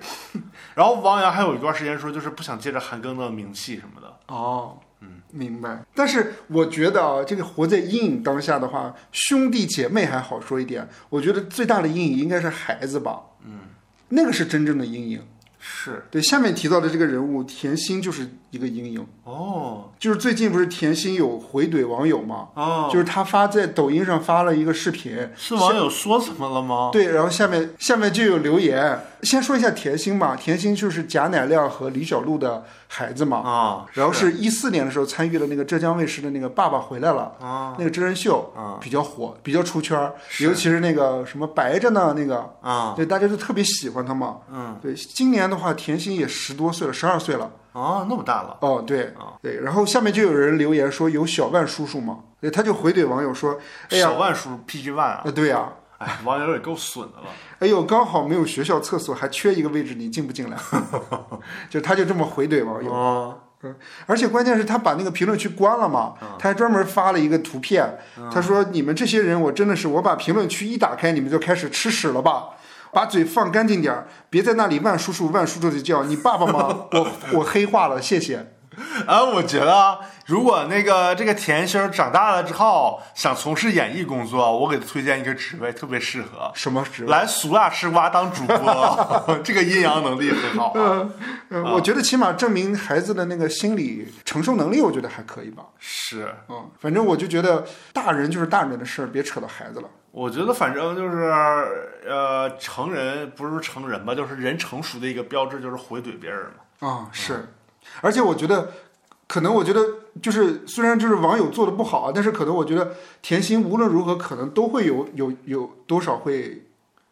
然后王阳还有一段时间说，就是不想借着韩庚的名气什么的。
哦，嗯，明白。但是我觉得啊，这个活在阴影当下的话，兄弟姐妹还好说一点。我觉得最大的阴影应该是孩子吧。嗯，那个是真正的阴影。
是
对，下面提到的这个人物甜心就是一个阴影。
哦
就是最近不是甜心有回怼网友嘛？
哦，
就是他发在抖音上发了一个视频，
是网友说什么了吗？
对，然后下面下面就有留言。先说一下甜心嘛，甜心就是贾乃亮和李小璐的孩子嘛。
啊，
然后是一四年的时候参与了那个浙江卫视的那个《爸爸回来了》
啊
那个真人秀，
啊
比较火，比较出圈儿，尤其是那个什么白着呢那个，
啊
对，大家就特别喜欢他嘛。
嗯
对，今年的话，甜心也十多岁了，十二岁了。
啊，那么大了。
哦，对
啊，
对，然后下面就有人留言说有小万叔叔吗？对，他就回怼网友说，哎呀
小，万叔 PG One 啊，
呃，对呀、
哎，网友也够损的了。
哎呦，刚好没有学校厕所，还缺一个位置，你进不进来？ 就他就这么回怼网友。
啊，
而且关键是他把那个评论区关了嘛，他还专门发了一个图片，
啊
他说：“你们这些人，我真的是，我把评论区一打开，你们就开始吃屎了吧。”把嘴放干净点儿，别在那里万叔叔万叔叔的叫你爸爸吗？ 我我黑化了，谢谢。
啊，我觉得啊，如果那个这个甜心儿长大了之后想从事演艺工作，我给他推荐一个职位，特别适合
什么职位？
来俗辣吃瓜当主播， 这个阴阳能力很好啊。
呃，我觉得起码证明孩子的那个心理承受能力，我觉得还可以吧。啊
是，
嗯，反正我就觉得大人就是大人的事儿，别扯到孩子了。
我觉得反正就是呃，成人不是成人吧，就是人成熟的一个标志，就是回怼别人嘛。
啊、是，而且我觉得，可能我觉得就是虽然就是网友做的不好啊，但是可能我觉得甜心无论如何可能都会有有有多少会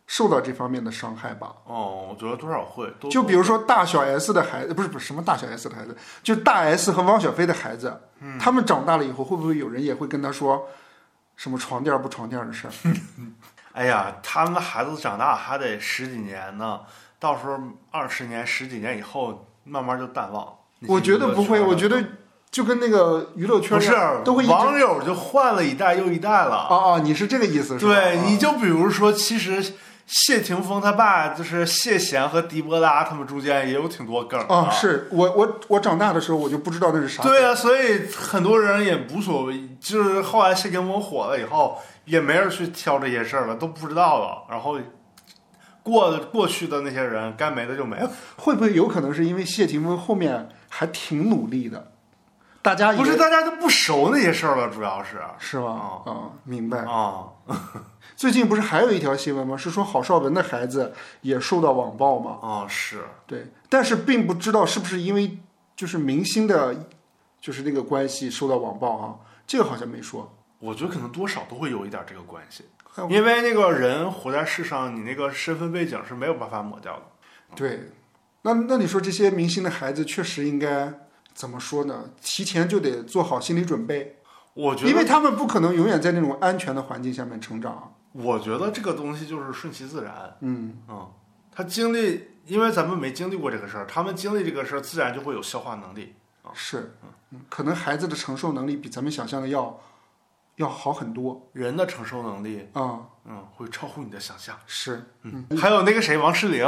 受到这方面的伤害吧。
哦，我觉得多少会都
就比如说大小 S 的孩子，不是不是什么大小 S 的孩子，就大 S 和汪小菲的孩子，
嗯
他们长大了以后，会不会有人也会跟他说什么床垫不床垫的 事儿？
哎呀，他们孩子长大还得十几年呢，到时候二十年、十几年以后，慢慢就淡忘了。你
我觉得不会，我觉
得
得就跟那个娱乐圈
不
一
是啊
样，都会一直
网友就换了一代又一代了。
哦哦，你是这个意思是吧？
对，
啊
你就比如说，其实谢霆锋他爸就是谢贤和迪波拉他们中间也有挺多梗
啊，是我我我长大的时候我就不知道那是啥。
对啊，所以很多人也无所谓，就是后来谢霆锋火了以后，也没人去挑这些事儿了，都不知道了。然后过过去的那些人，该没的就没了。
会不会有可能是因为谢霆锋后面还挺努力的，大家以为
不是大家都不熟那些事儿了，主要是啊、
是吗？啊、明白。
嗯
最近不是还有一条新闻吗？是说郝邵文的孩子也受到网暴吗？
嗯是，
对，但是并不知道是不是因为就是明星的，就是那个关系受到网暴啊，这个好像没说。
我觉得可能多少都会有一点这个关系
哎，
因为那个人活在世上，你那个身份背景是没有办法抹掉的。
对，那那你说这些明星的孩子确实应该怎么说呢？提前就得做好心理准备，
我觉
因为
得，
他们不可能永远在那种安全的环境下面成长。
我觉得这个东西就是顺其自然。
嗯，
嗯，他经历，因为咱们没经历过这个事儿，他们经历这个事儿，自然就会有消化能力。
是，嗯可能孩子的承受能力比咱们想象的要要好很多
人的承受能力，
啊、
嗯，会超乎你的想象。
是，
嗯，还有那个谁，王诗龄，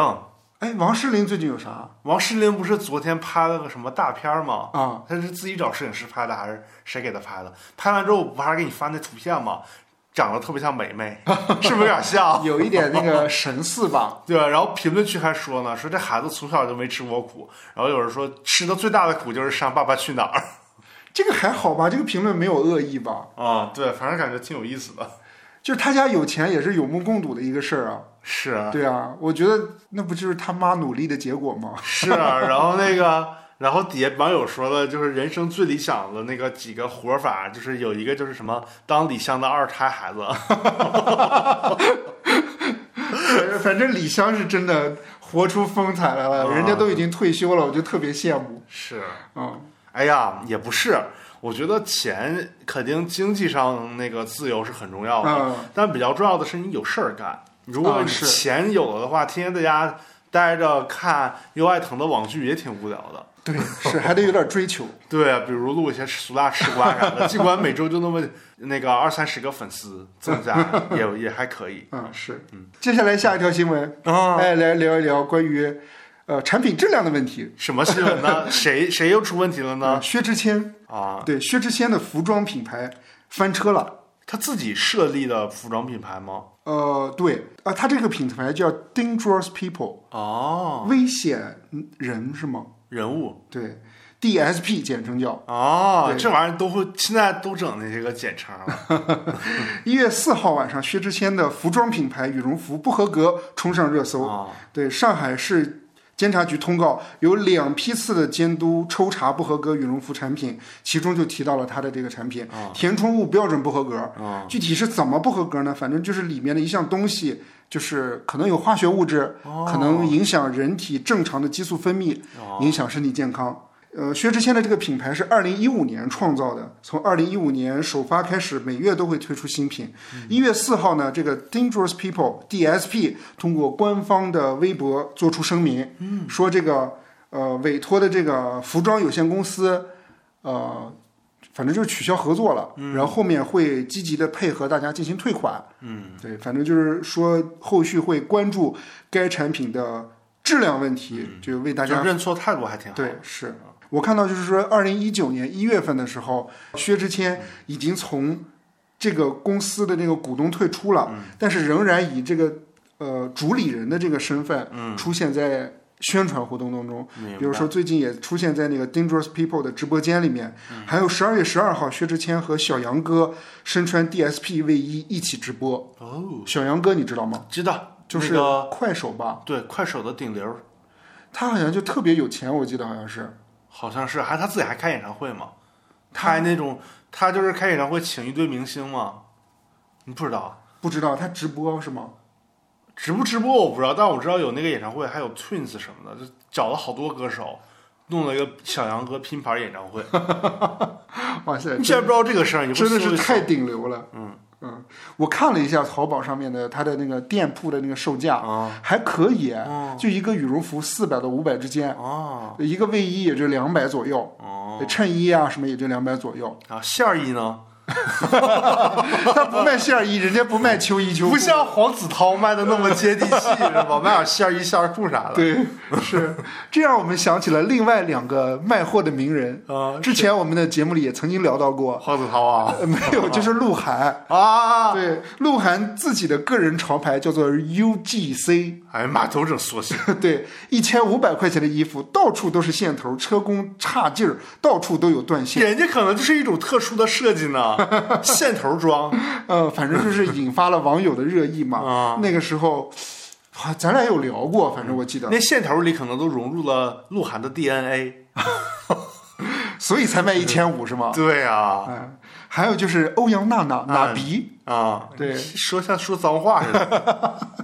哎，王诗龄最近有啥
王诗龄不是昨天拍了个什么大片儿吗？
啊？
他是自己找摄影师拍的，还是谁给他拍的？拍完之后不还是给你发那图片吗？长得特别像梅梅，是不是有点像？
有一点那个神似吧？
对吧？然后评论区还说呢，说这孩子从小就没吃过苦，然后有人说吃的最大的苦就是上《爸爸去哪儿》
这个还好吧？这个评论没有恶意吧？
啊、对，反正感觉挺有意思的。
就是他家有钱也是有目共睹的一个事儿啊。
是啊
对啊，我觉得那不就是他妈努力的结果吗？
是啊，然后那个，然后底下网友说的就是人生最理想的那个几个活法，就是有一个就是什么当李湘的二胎孩子，
反正反正李湘是真的活出风采来了，
啊
人家都已经退休了，我就特别羡慕。
是。
嗯，
哎呀，也不是，我觉得钱肯定经济上那个自由是很重要的，
嗯
但比较重要的是你有事儿干。如果
啊
你
是
钱有了的话，天天在家待着看优爱腾的网剧也挺无聊的。
对，是还得有点追求。
对啊，比如录一些俗辣吃瓜啥的，尽管每周就那么那个二三十个粉丝增 加，也也还可以。
嗯，是。接下来下一条新闻，
啊，
哎，来聊一聊关于呃产品质量的问题。呃
什么新闻呢？ 谁谁又出问题了呢？
薛之谦，
啊，
对，薛之谦的服装品牌翻车了。
他自己设立的服装品牌吗？
呃，对啊，它这个品牌叫 Dangerous People，、
哦，
危险人是吗？
人物
对，DSP 简称叫。
哦，
对
这玩意儿都会，现在都整那些个简称了。
一月四号晚上，薛之谦的服装品牌羽绒服不合格冲上热搜。
哦
对，上海市监察局通告有两批次的监督抽查不合格羽绒服产品，其中就提到了它的这个产品、填充物标准不合格。具体是怎么不合格呢？反正就是里面的一项东西，就是可能有化学物质，可能影响人体正常的激素分泌，影响身体健康。呃，薛之谦的这个品牌是二零一五年创造的，从二零一五年首发开始，每月都会推出新品。一、月四号呢，这个 Dangerous People DSP 通过官方的微博做出声明，说这个呃委托的这个服装有限公司，呃，反正就是取消合作了，然后后面会积极的配合大家进行退款。嗯，对，反正就是说后续会关注该产品的质量问题，就 为大
就
家
认错态度还挺好。
对，是我看到就是说，二零一九年一月份的时候，薛之
嗯
谦已经从这个公司的这个股东退
嗯
出了，但是仍然以这个呃主理人的这个身份出现在宣传活动当中。
嗯明白
比如说最近也出现在那个 Dangerous People 的直播间里面，
嗯
还有十二月十二号，薛之谦和小杨哥身穿 DSP 卫衣一起直播。
哦，
小杨哥你知道吗？
知道，
就是
那个
快手吧，
对快手的顶流，
他好像就特别有钱，我记得好像是。
好像是还他自己还开演唱会嘛，开那种他就是开演唱会请一堆明星嘛，你不知道啊？
不知道他直播是吗？
直不直播我不知道，但我知道有那个演唱会，还有 Twins 什么的，就找了好多歌手，弄了一个小杨哥拼盘演唱会。
哇塞，
你现在不知道这个事儿，你不
真的
搜
是
一
太
搜
顶流了。嗯嗯，我看了一下淘宝上面的它的那个店铺的那个售价，
啊
还可以，
啊
就一个羽绒服四百到五百之间，
啊
一个卫衣也就两百左右，
哦
衬衣啊什么也就两百左右。
啊！线儿衣呢，
他不卖线衣，人家不卖秋衣秋裤。
不像黄子韬卖的那么接地气，是吧？卖点线儿衣、线儿裤啥的。
对，是这让我们想起了另外两个卖货的名人。
啊，
之前我们的节目里也曾经聊到过，
黄子韬啊
呃没有，就是鹿晗。
啊！
对，鹿晗自己的个人潮牌叫做 UGC。
哎呀妈，都整缩写。
对，一千五百块钱的衣服，到处都是线头，车工差劲儿，到处都有断线。
人家可能就是一种特殊的设计呢，线头装
呃，反正就是引发了网友的热议嘛。
啊。
那个时候，啊，咱俩有聊过，反正我记得，
那线头里可能都融入了鹿晗的 DNA。
所以才卖一千五是吗？
对啊，
嗯，还有就是欧阳娜娜娜比，
啊，
对
说像说脏话似的。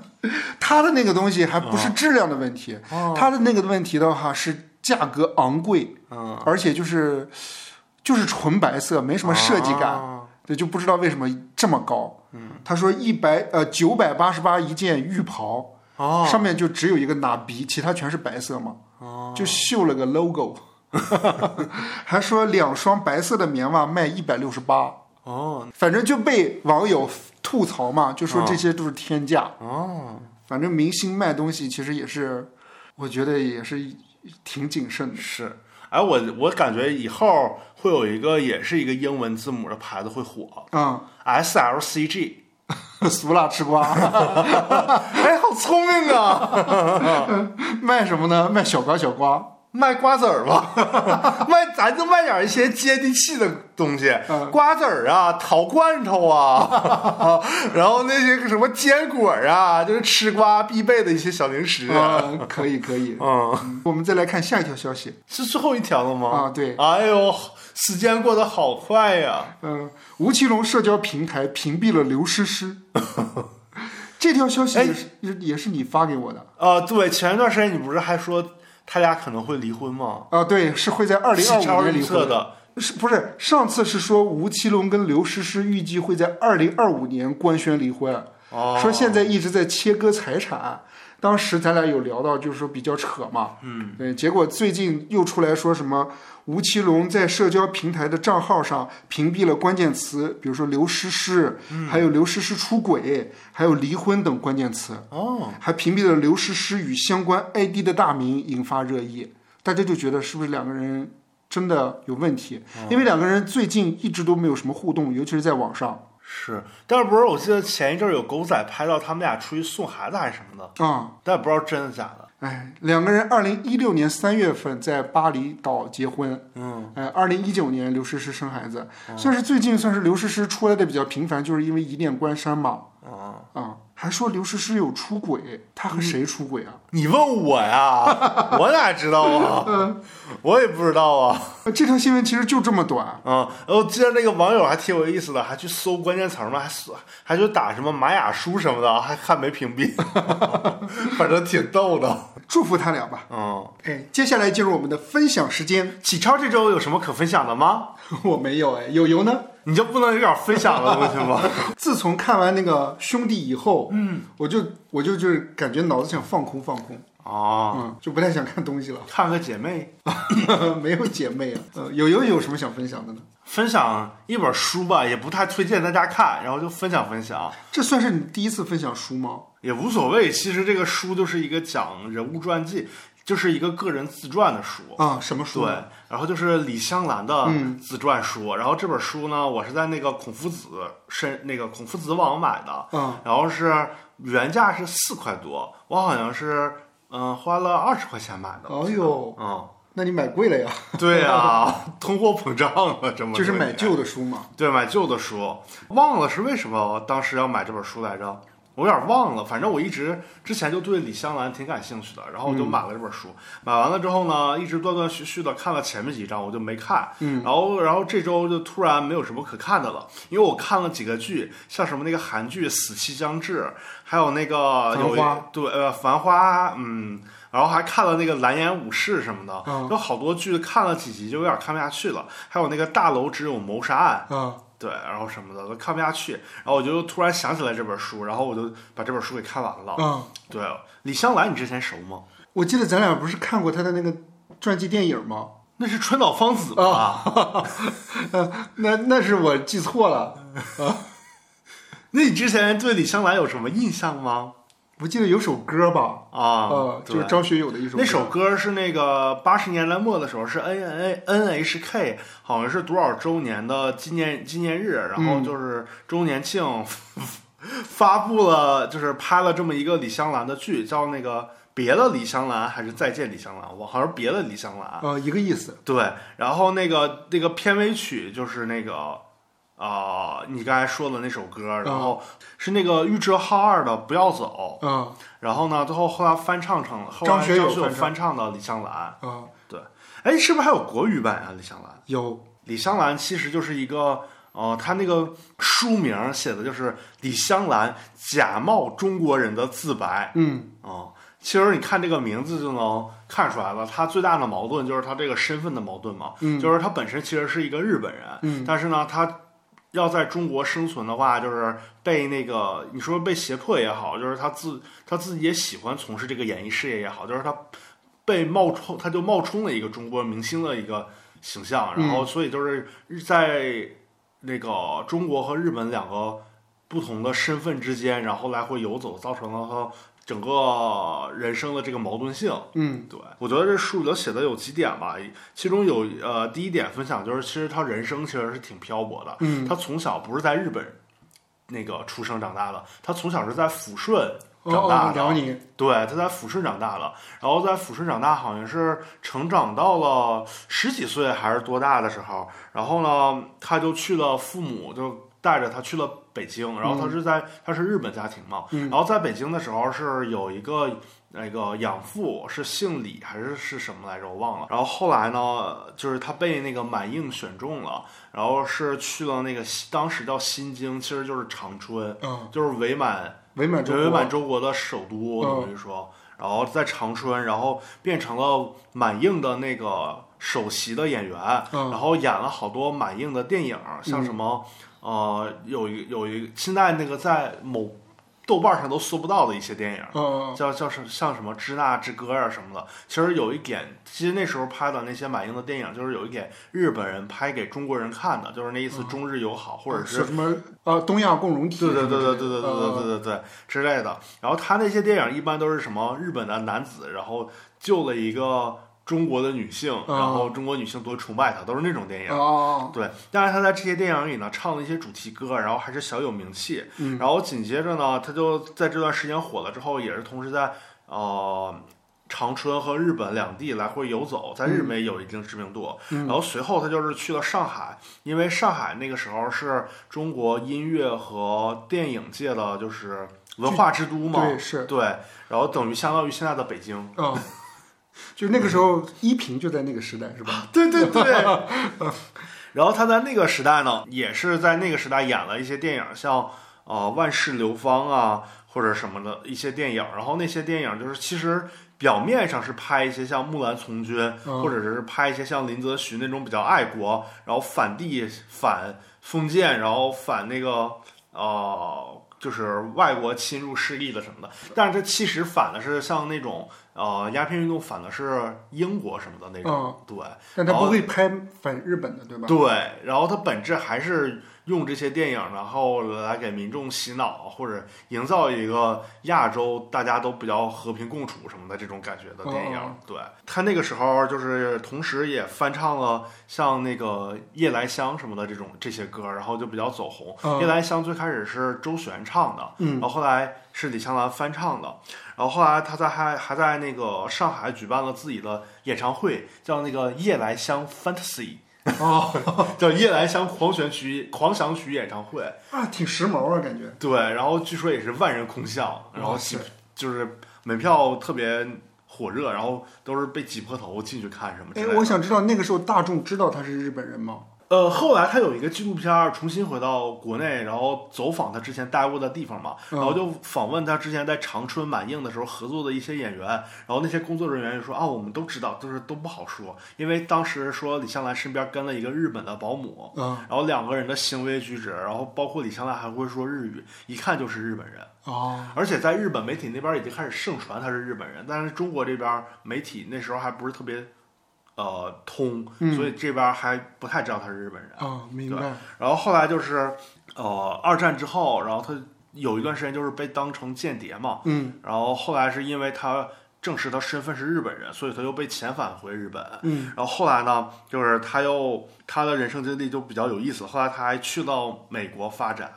她的那个东西还不
哦
是质量的问题，她的那个问题的话是价格昂贵，
嗯，
而且就是就是纯白色，没什么设计感。
啊
对，就不知道为什么这么高。嗯，他说一百呃九百八十八一件浴袍，
哦，
上面就只有一个拿鼻，其他全是白色嘛，
哦
就绣了个 logo。还说两双白色的棉袜卖一百六十八，
哦
反正就被网友吐槽嘛，就说这些都是天价。
哦，
反正明星卖东西其实也是，我觉得也是挺谨慎的。
是。哎，我我感觉以后会有一个也是一个英文字母的牌子会火
嗯，
，SLCG。
俗辣吃瓜，
哎，好聪明啊！
卖什么呢？卖小瓜小瓜。
卖瓜子儿吧， 卖咱就卖点一些接地气的东西，
嗯
瓜子儿啊，桃罐头啊， 然后那些个什么坚果啊，就是吃瓜必备的一些小零食。啊
嗯，可以可 以。
嗯，
我们再来看下一条消息。
是最后一条了吗？
啊对
哎呦，时间过得好快呀！
嗯，吴奇隆社交平台屏蔽了刘诗 诗。这条消息也
哎
是、也是你发给我的
啊，对，前一段时间你不是还说他俩可能会离婚吗？
啊？对，是会在二零二
喜超
五年
预
离
测
婚。
的，
是不是上次是说吴奇隆跟刘诗诗预计会在二零二五年官宣离婚？
哦
说现在一直在切割财产。当时咱俩有聊到，就是说比较扯嘛，嗯，对。结果最近又出来说什么吴奇隆在社交平台的账号上屏蔽了关键词，比如说刘诗诗，还有刘诗诗出轨，还有离婚等关键词，
哦，
还屏蔽了刘诗诗与相关 ID 的大名，引发热议。大家就觉得是不是两个人真的有问题？因为两个人最近一直都没有什么互动，尤其是在网上
是，但是不是？我记得前一阵儿有狗仔拍到他们俩出去送孩子还是什么的，
啊。
但也不知道真的假的。
哎，两个人二零一六年三月份在巴厘岛结婚，
嗯，
哎，二零一九年刘诗诗生孩子，算是最近算是刘诗诗出来的比较频繁，就是因为疑恋关山嘛，
啊，
啊、还说刘诗诗有出轨，她和谁出轨啊？
你问我呀，我哪知道啊？我也不知道啊。
呃这条新闻其实就这么短，
嗯，我记得那个网友还挺有意思的，还去搜关键词儿嘛，还搜还就打什么玛雅书什么的，还看没屏蔽， 反正挺逗的。
祝福他俩吧。
嗯，
哎，接下来进入我们的分享时间，
启超这周有什么可分享的吗？
我没有哎，有油呢。
你就不能有点分享的东西吗？
自从看完那个兄弟以后，嗯，我就我就就是感觉脑子想放空放空，
哦，
嗯，就不太想看东西了。
看个姐妹
没有姐妹啊。呃，友友有什么想分享的呢？
分享一本书吧，也不太推荐大家看，然后就分享分享。
这算是你第一次分享书吗？
也无所谓。其实这个书就是一个讲人物传记，就是一个个人自传的书。
啊，什么书？
对，，然后就是李香兰的
嗯
自传书，然后这本书呢，我是在那个孔夫子身那个孔夫子网买的，
嗯
然后是原价是四块多，我好像是嗯，花了二十块钱买的。
哎呦，
嗯，
那你买贵了呀，
对啊，通货膨胀了，这么
就是
多
买
年
旧的书嘛。
对，买旧的书，忘了是为什么当时要买这本书来着，我有点忘了。反正我一直之前就对李香兰挺感兴趣的，然后我
嗯
就买了这本书。买完了之后呢，一直断断续续的看了前面几章，我就没看。嗯，然后然后这周就突然没有什么可看的了，因为我看了几个剧，像什么那个韩剧《死期将至》，还有那个有一
繁花
对呃《繁花》嗯。然后还看了那个《蓝颜武士》什么的，
嗯
有好多剧看了几集就有点看不下去了。还有那个《大楼只有谋杀案》，
啊，
对，然后什么的都看不下去，然后我就突然想起来这本书，然后我就把这本书给看完了。
嗯，
对，李香兰，你之前熟吗？
我记得咱俩不是看过他的那个传记电影吗？
那是川岛芳子吧？
啊那那是我记错了，
那你之前对李香兰有什么印象吗？
我记得有首歌吧，
啊，
呃，
对
就是张学友的一首歌。
那首歌是那个八十年代末的时候，是 N N N H K，好像是多少周年的纪念纪念日，然后就是周年庆、 发布了，就是拍了这么一个李香兰的剧，叫那个《别了李香兰》还是《再见李香兰》，我好像是《别了李香兰》。
呃，一个意思。
对，然后那个那个片尾曲就是那个。啊、你刚才说的那首歌，然后是那个玉置浩二的《不要走》，
嗯
然后呢，最后后来翻唱成了后来
张学友
张学友
翻唱
翻唱的《李香兰
啊，》。
哎，是不是还有国语版啊？《李香兰》
有
李香兰其实就是一个，呃，他那个书名写的就是李香兰假冒中国人的自白。
嗯
啊、其实你看这个名字就能看出来了，他最大的矛盾就是他这个身份的矛盾嘛，
嗯
就是他本身其实是一个日本人，
嗯
但是呢，他要在中国生存的话，就是被那个你说被胁迫也好，就是他自他自己也喜欢从事这个演艺事业也好，就是他被冒充，他就冒充了一个中国明星的一个形象，然
嗯
后所以就是在那个中国和日本两个不同的身份之间，然后来回游走，造成了他整个人生的这个矛盾性。
嗯
对，我觉得这书里头写的有几点吧，其中有呃第一点分享就是，其实他人生其实是挺漂泊的，
嗯
他从小不是在日本那个出生长大的，他从小是在抚顺
哦
长
哦，
大的，
辽宁
对，他在抚顺长大了，然后在抚顺长大，好像是成长到了十几岁还是多大的时候，然后呢，他就去了父母就带着他去了北京，然后他是在、他是日本家庭嘛，
嗯
然后在北京的时候是有一个那个养父是姓李还是是什么来着，我忘了。然后后来呢，就是他被那个满映选中了，然后是去了那个西当时叫新京，其实就是长春，
嗯，
就是伪满。
伪满洲
对
国
伪满洲国的首都，
嗯
等于说，然后在长春，然后变成了满映的那个首席的演员，
嗯
然后演了好多满映的电影，像什么、呃，有一有一现在那个在某豆瓣上都搜不到的一些电影。
嗯
叫叫什像什么《支那之歌》啊什么的，其实有一点，其实那时候拍的那些满映的电影，就是有一点日本人拍给中国人看的，就是那一
嗯
次中日友好，或者是
说什么啊，东亚共荣体
对对对对对
什么之类的
对对对对对对之类的。然后他那些电影一般都是什么日本的男子，然后救了一个中国的女性，
嗯
然后中国女性多崇拜他，都是那种电
啊
影。
啊
对，但是他在这些电影里呢，唱了一些主题歌，然后还是小有名气。
嗯
然后紧接着呢，他就在这段时间火了之后，也是同时在呃长春和日本两地来回游走，在
嗯
日本也有一定知名度。然后随后他就是去了上海，因为上海那个时候是中国音乐和电影界的就是文化之都
啊，
嘛。
对是，
对，然后等于相当于现在的北京。
嗯，就那个时候依萍就在那个时代是吧？
对对对。然后他在那个时代呢，也是在那个时代演了一些电影，像呃《万世流芳》啊，或者什么的一些电影。然后那些电影就是其实表面上是拍一些像木兰从军，
嗯
或者是拍一些像林则徐那种比较爱国，然后反帝、反封建，然后反那个呃。就是外国侵入势力的什么的，但是它其实反的是像那种呃鸦片运动反的是英国什么的那种，
嗯，
对，
但他不会拍反日本的对吧？
对，然后它本质还是用这些电影，然后来给民众洗脑，或者营造一个亚洲大家都比较和平共处什么的这种感觉的电影。
哦
对，他那个时候就是同时也翻唱了像那个《夜来香》什么的这种这些歌，然后就比较走红。
嗯
夜来香》最开始是周璇唱的，
嗯
然后后来是李香兰翻唱的，然然后后来他在还还在那个上海举办了自己的演唱会，叫那个夜来香 Fantasy，哦， 叫夜来香狂选曲狂想曲演唱会。
啊，挺时髦啊，感觉。
对，然后据说也是万人空巷，然后
哇
挤
塞
就是门票特别火热，然后都是被挤破头进去看什么之
哎
类，的。
我想知道那个时候大众知道他是日本人吗？
呃，后来他有一个纪录片儿，重新回到国内，然后走访他之前待过的地方嘛，然后就访问他之前在长春满映的时候合作的一些演员，然后那些工作人员就说啊，我们都知道，就是都不好说，因为当时说李香兰身边跟了一个日本的保姆，
啊
然后两个人的行为举止，然后包括李香兰还会说日语，一看就是日本人。
哦，
而且在日本媒体那边已经开始盛传他是日本人，但是中国这边媒体那时候还不是特别，呃，通，所以这边还不太知道他是日本人。
哦，明白。
然后后来就是，呃，二战之后，然后他有一段时间就是被当成间谍嘛，
嗯
然后后来是因为他证实他身份是日本人，所以他又被遣返回日本。
嗯，
然后后来呢，就是他又他的人生经历就比较有意思，后来他还去到美国发展，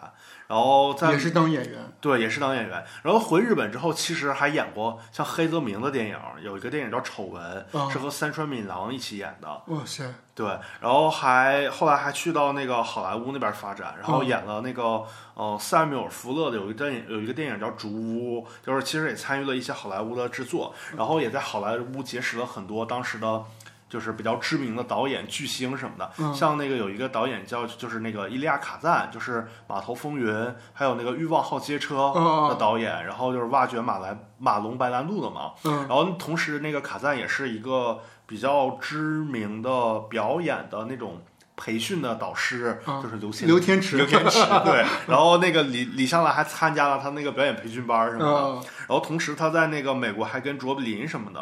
然后在
也是当演员。
对，也是当演员。然后回日本之后，其实还演过像黑泽明的电影，有一个电影叫《丑闻》，
哦
是和三川敏郎一起演的。
哇塞，
对，然后还后来还去到那个好莱坞那边发展，然后演了那个、呃塞缪尔·福勒的有一个电影，有一个电影叫《竹屋》，就是其实也参与了一些好莱坞的制作，然后也在好莱坞结识了很多当时的。就是比较知名的导演、巨星什么的，像那个有一个导演叫就是那个伊利亚·卡赞，就是《码头风云》，还有那个《欲望号街车》
哦
的导演，然后就是挖掘马来马龙白兰度的嘛，
嗯
然后同时那个卡赞也是一个比较知名的表演的那种培训的导师，
啊
就是刘天
刘天池
刘天池对。然后那个李李香兰还参加了他那个表演培训班什么的，
啊，
然后同时他在那个美国还跟卓别林什么的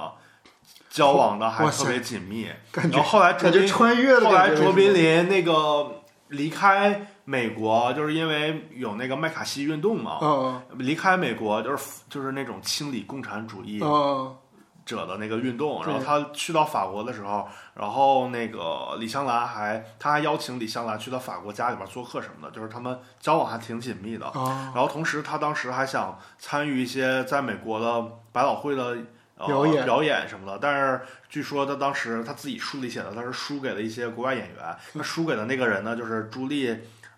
交往的还
哇塞
特别紧密，
感觉
然后后来卓
感
别
觉
林
穿越了。
后来
感觉
卓别林那个离开美国，就是因为有那个麦卡锡运动嘛。
啊
离开美国就是就是那种清理共产主义，
啊
者的那个运动，
对
然后他去到法国的时候，然后那个李香兰还他还邀请李香兰去到法国家里边做客什么的，就是他们交往还挺紧密的。
啊！
然后同时他当时还想参与一些在美国的百老汇的。呃、
表演
表演什么的，但是据说他当时他自己书里写的，他是输给了一些国外演员。
嗯
他输给的那个人呢，就是朱莉，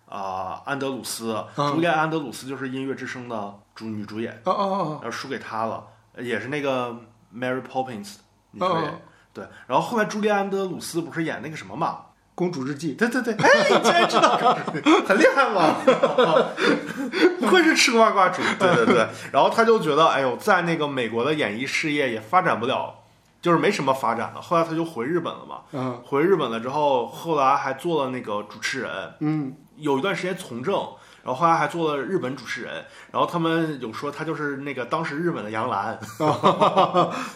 啊、安德鲁斯。
嗯
朱莉安德鲁斯就是《音乐之声》的主女主演。
哦哦
然后输给他了，也是那个 Mary Poppins 女主
哦
演。对，然后后来朱莉安·德鲁斯不是演那个什么嘛？
哦，公主日记
对对对，哎，你竟然知道， 很厉害嘛！不愧是吃瓜瓜主，对对对。然后他就觉得，哎呦，在那个美国的演艺事业也发展不了，就是没什么发展了。后来他就回日本了嘛。
啊，
回日本了之后，后来还做了那个主持人，
嗯
有一段时间从政，然后后来还做了日本主持人，然后他们有说他就是那个当时日本的杨 澜，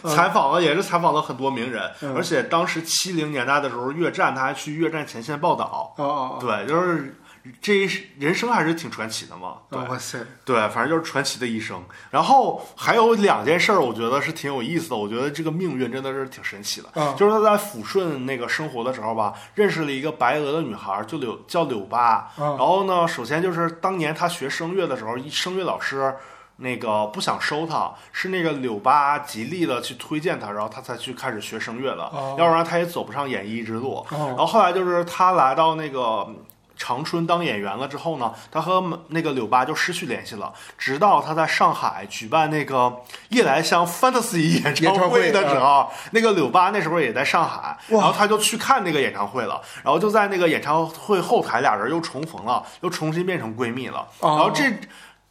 采访了也是采访了很多名人，
嗯
而且当时七零年代的时候越战，他还去越战前线报道，
哦哦
对，就是这一人生还是挺传奇的嘛，对
哦，哇塞，
对，反正就是传奇的一生。然后还有两件事儿，我觉得是挺有意思的，我觉得这个命运真的是挺神奇的，
啊
就是他在抚顺那个生活的时候吧，认识了一个白俄的女孩，就柳叫柳巴。
嗯
然后呢，首先就是当年他学声乐的时候，一声乐老师那个不想收他，是那个柳巴极力的去推荐他，然后他才去开始学声乐的，
哦
要不然他也走不上演艺之路。然
哦
后后来就是他来到那个长春当演员了之后呢，他和那个柳巴就失去联系了，直到他在上海举办那个夜来香 Fantasy 演唱会的时候， 那个柳巴那时候也在上海，
哇
然后他就去看那个演唱会了，然后就在那个演唱会后台，俩人又重逢了，又重新变成闺蜜了，
哦
然后这。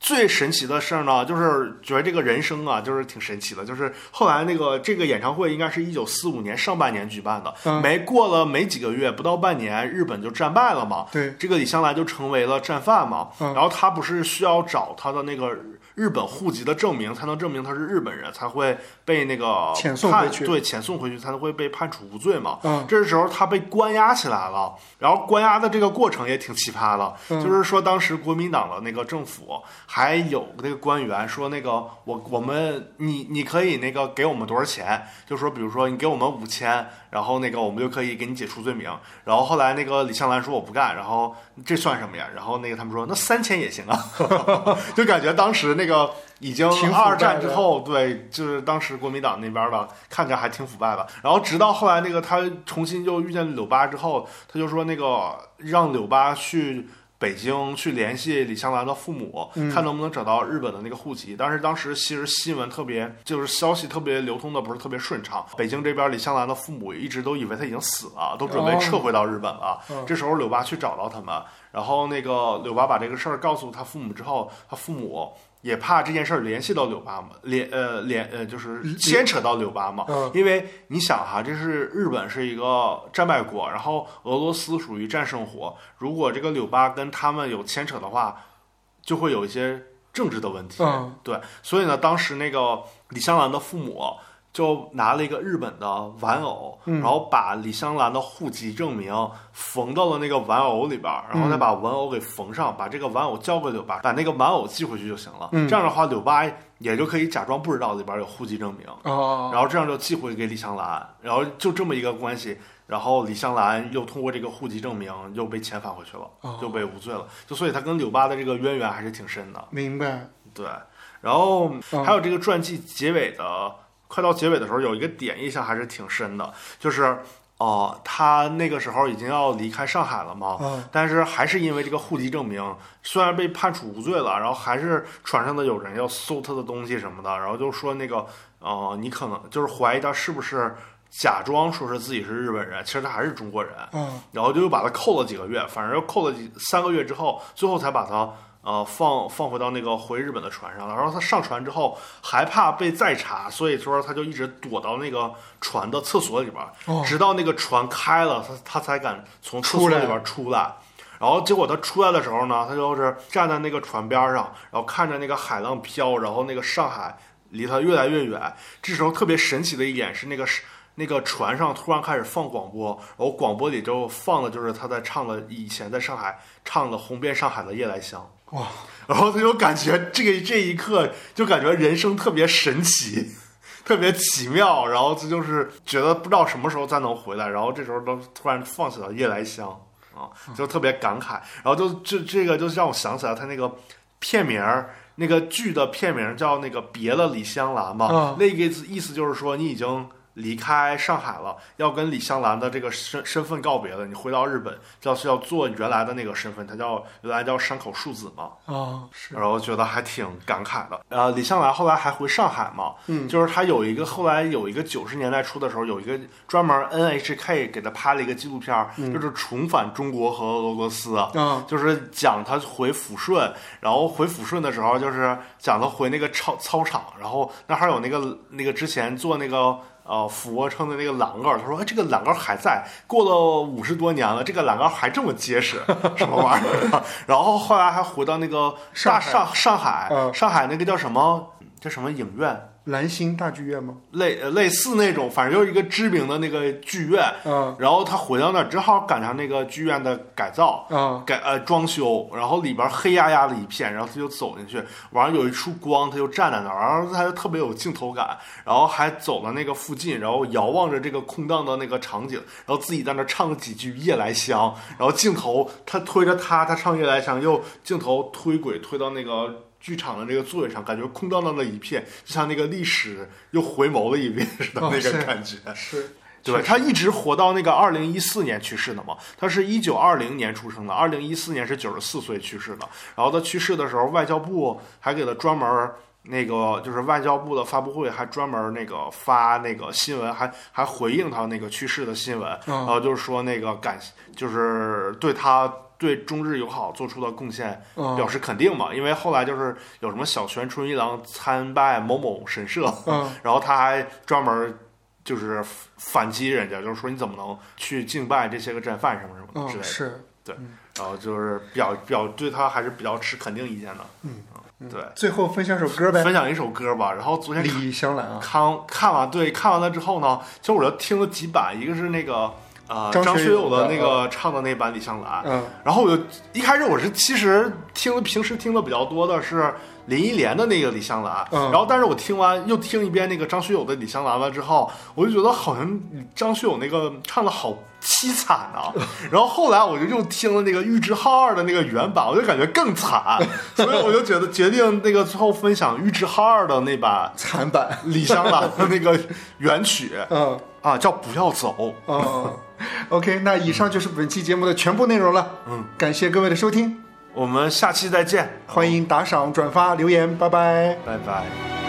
最神奇的事儿呢，就是觉得这个人生啊，就是挺神奇的。就是后来那个这个演唱会应该是一九四五年上半年举办的，
嗯
没过了没几个月，不到半年，日本就战败了嘛。
对，
这个李香兰就成为了战犯嘛。
嗯
然后他不是需要找他的那个日本户籍的证明，才能证明他是日本人，才会被那个
遣送
判
回去
对，遣送回去才会被判处无罪嘛。
嗯
这时候他被关押起来了，然后关押的这个过程也挺奇葩的，
嗯
就是说当时国民党的那个政府还有那个官员说那个我我们你你可以那个给我们多少钱？就说比如说你给我们五千，然后那个我们就可以给你解除罪名。然后后来那个李香兰说我不干，然后这算什么呀？然后那个他们说那三千也行啊，就感觉当时那个已经
挺腐败的
二战之后，对，就是当时国民党那边吧，看着还挺腐败的。然后直到后来那个他重新就遇见柳巴之后，他就说那个让柳巴去北京去联系李香兰的父母，
嗯
看能不能找到日本的那个户籍。但是当时其实新闻特别，就是消息特别流通的不是特别顺畅。北京这边李香兰的父母一直都以为他已经死了，都准备
哦
撤回到日本了。
嗯
这时候柳巴去找到他们，然后那个柳巴把这个事儿告诉他父母之后，他父母。也怕这件事儿联系到柳巴嘛，联呃联呃就是牵扯到柳巴嘛，
嗯
因为你想哈，这是日本是一个战败国，然后俄罗斯属于战胜国，如果这个柳巴跟他们有牵扯的话，就会有一些政治的问题。
嗯
对，所以呢，当时那个李香兰的父母就拿了一个日本的玩偶，然后把李香兰的户籍证明缝到了那个玩偶里边儿，然后再把玩偶给缝上，把这个玩偶交给柳巴，把那个玩偶寄回去就行了。这样的话，柳巴也就可以假装不知道里边有户籍证明。
哦，
然后这样就寄回给李香兰，然后就这么一个关系，然后李香兰又通过这个户籍证明又被遣返回去了，就被无罪了。就所以他跟柳巴的这个渊源还是挺深的，
明白。
对。然后
嗯
还有这个传记结尾的，快到结尾的时候有一个点印象还是挺深的，就是。哦、他那个时候已经要离开上海了嘛，
嗯
但是还是因为这个户籍证明，虽然被判处无罪了，然后还是船上的有人要搜他的东西什么的，然后就说那个，呃，你可能就是怀疑他是不是假装说是自己是日本人，其实他还是中国人，
嗯，
然后就又把他扣了几个月，反正又扣了几三个月之后，最后才把他呃放放回到那个回日本的船上了。然后他上船之后还怕被再查，所以说他就一直躲到那个船的厕所里边儿，
哦
直到那个船开了，他他才敢从厕
出
所
来
里边儿出来。然后结果他出来的时候呢，他就是站在那个船边上，然后看着那个海浪飘，然后那个上海离他越来越远。这时候特别神奇的一点是，那个是那个船上突然开始放广播，然后广播里就放的就是他在唱的以前在上海唱的《红遍上海的夜来香》。
哇！
然后他就感觉这个这一刻就感觉人生特别神奇。 特别奇妙，然后这就是觉得不知道什么时候才能回来，然后这时候都突然放起了夜来香啊，就特别感慨，然后就这这个就让我想起来他那个片名儿，那个剧的片名叫那个别了李香兰嘛，
嗯
那个意思意思就是说你已经。离开上海了，要跟李香兰的这个身身份告别了。你回到日本，要是要做原来的那个身份，他叫原来叫山口树子嘛。
哦，是
然后觉得还挺感慨的。呃，李香兰后来还回上海嘛，
嗯
就是他有一个后来有一个九十年代初的时候，有一个专门 NHK 给他拍了一个纪录片儿，
嗯
就是重返中国和俄罗斯。
啊，
就是讲他回抚顺，然后回抚顺的时候，就是讲他回那个操操场，然后那还有那个那个之前做那个呃俯卧撑的那个栏杆儿，他说、哎、这个栏杆儿还在，过了五十多年了，这个栏杆儿还这么结实，什么玩意儿？ 然后后来还回到那个大
上海
上上海、
嗯
上海那个叫什么叫什么影院，
蓝星大剧院吗？
类呃类似那种，反正就是一个知名的那个剧院。
嗯
然后他回到那儿，正好赶上那个剧院的改造，
啊，
改呃装修，然后里边黑压压的一片，然后他就走进去，晚上有一束光，他就站在那儿，然后他就特别有镜头感，然后还走到那个附近，然后遥望着这个空荡的那个场景，然后自己在那儿唱了几句《夜来香》，然后镜头他推着他，他唱《夜来香》，又镜头推轨推到那个。剧场的那个座位上，感觉空荡荡的一片，就像那个历史又回眸了一遍似的
哦
那
是
个感觉。
是
对，他一直活到那个二零一四年去世的嘛，他是一九二零年出生的，二零一四年是九十四岁去世的。然后他去世的时候，外交部还给他专门儿那个，就是外交部的发布会还专门儿那个发那个新闻，还还回应他那个去世的新闻，
嗯
然后就是说那个感，就是对他。对中日友好做出的贡献
嗯
表示肯定嘛，因为后来就是有什么小泉纯一郎参拜某某神社，
嗯
然后他还专门就是反击人家，就是说你怎么能去敬拜这些个战犯什么什么之
嗯
类的，
是，
然后就是比较比较对他还是比较持肯定意见的。
嗯
对，
最后分享首歌呗，
分享一首歌吧。然后昨天
李香兰啊，
看看完对看完了之后呢，其实我就听了几版，一个是那个。呃
张
张
学
学友
友的
的那个唱的那版《李香兰》，
嗯
然后我就一开始我是其实听的平时听的比较多的是林忆莲的那个《李香兰》
嗯
然后但是我听完又听一遍那个张学友的《李香兰》了之后，我就觉得好像张学友那个唱的好凄惨啊。 然后后来我就又听了那个玉置浩二的那个原版，我就感觉更惨，所以我就觉得决定那个最后分享玉置浩二的那版
残版，
《李香兰》的那个原曲
嗯
啊，叫《不要走》。
嗯，OK，那以上就是本期节目的全部内容了。嗯，感谢各位的收听，
我们下期再见，
欢迎打赏、转发、留言，拜拜。
拜拜。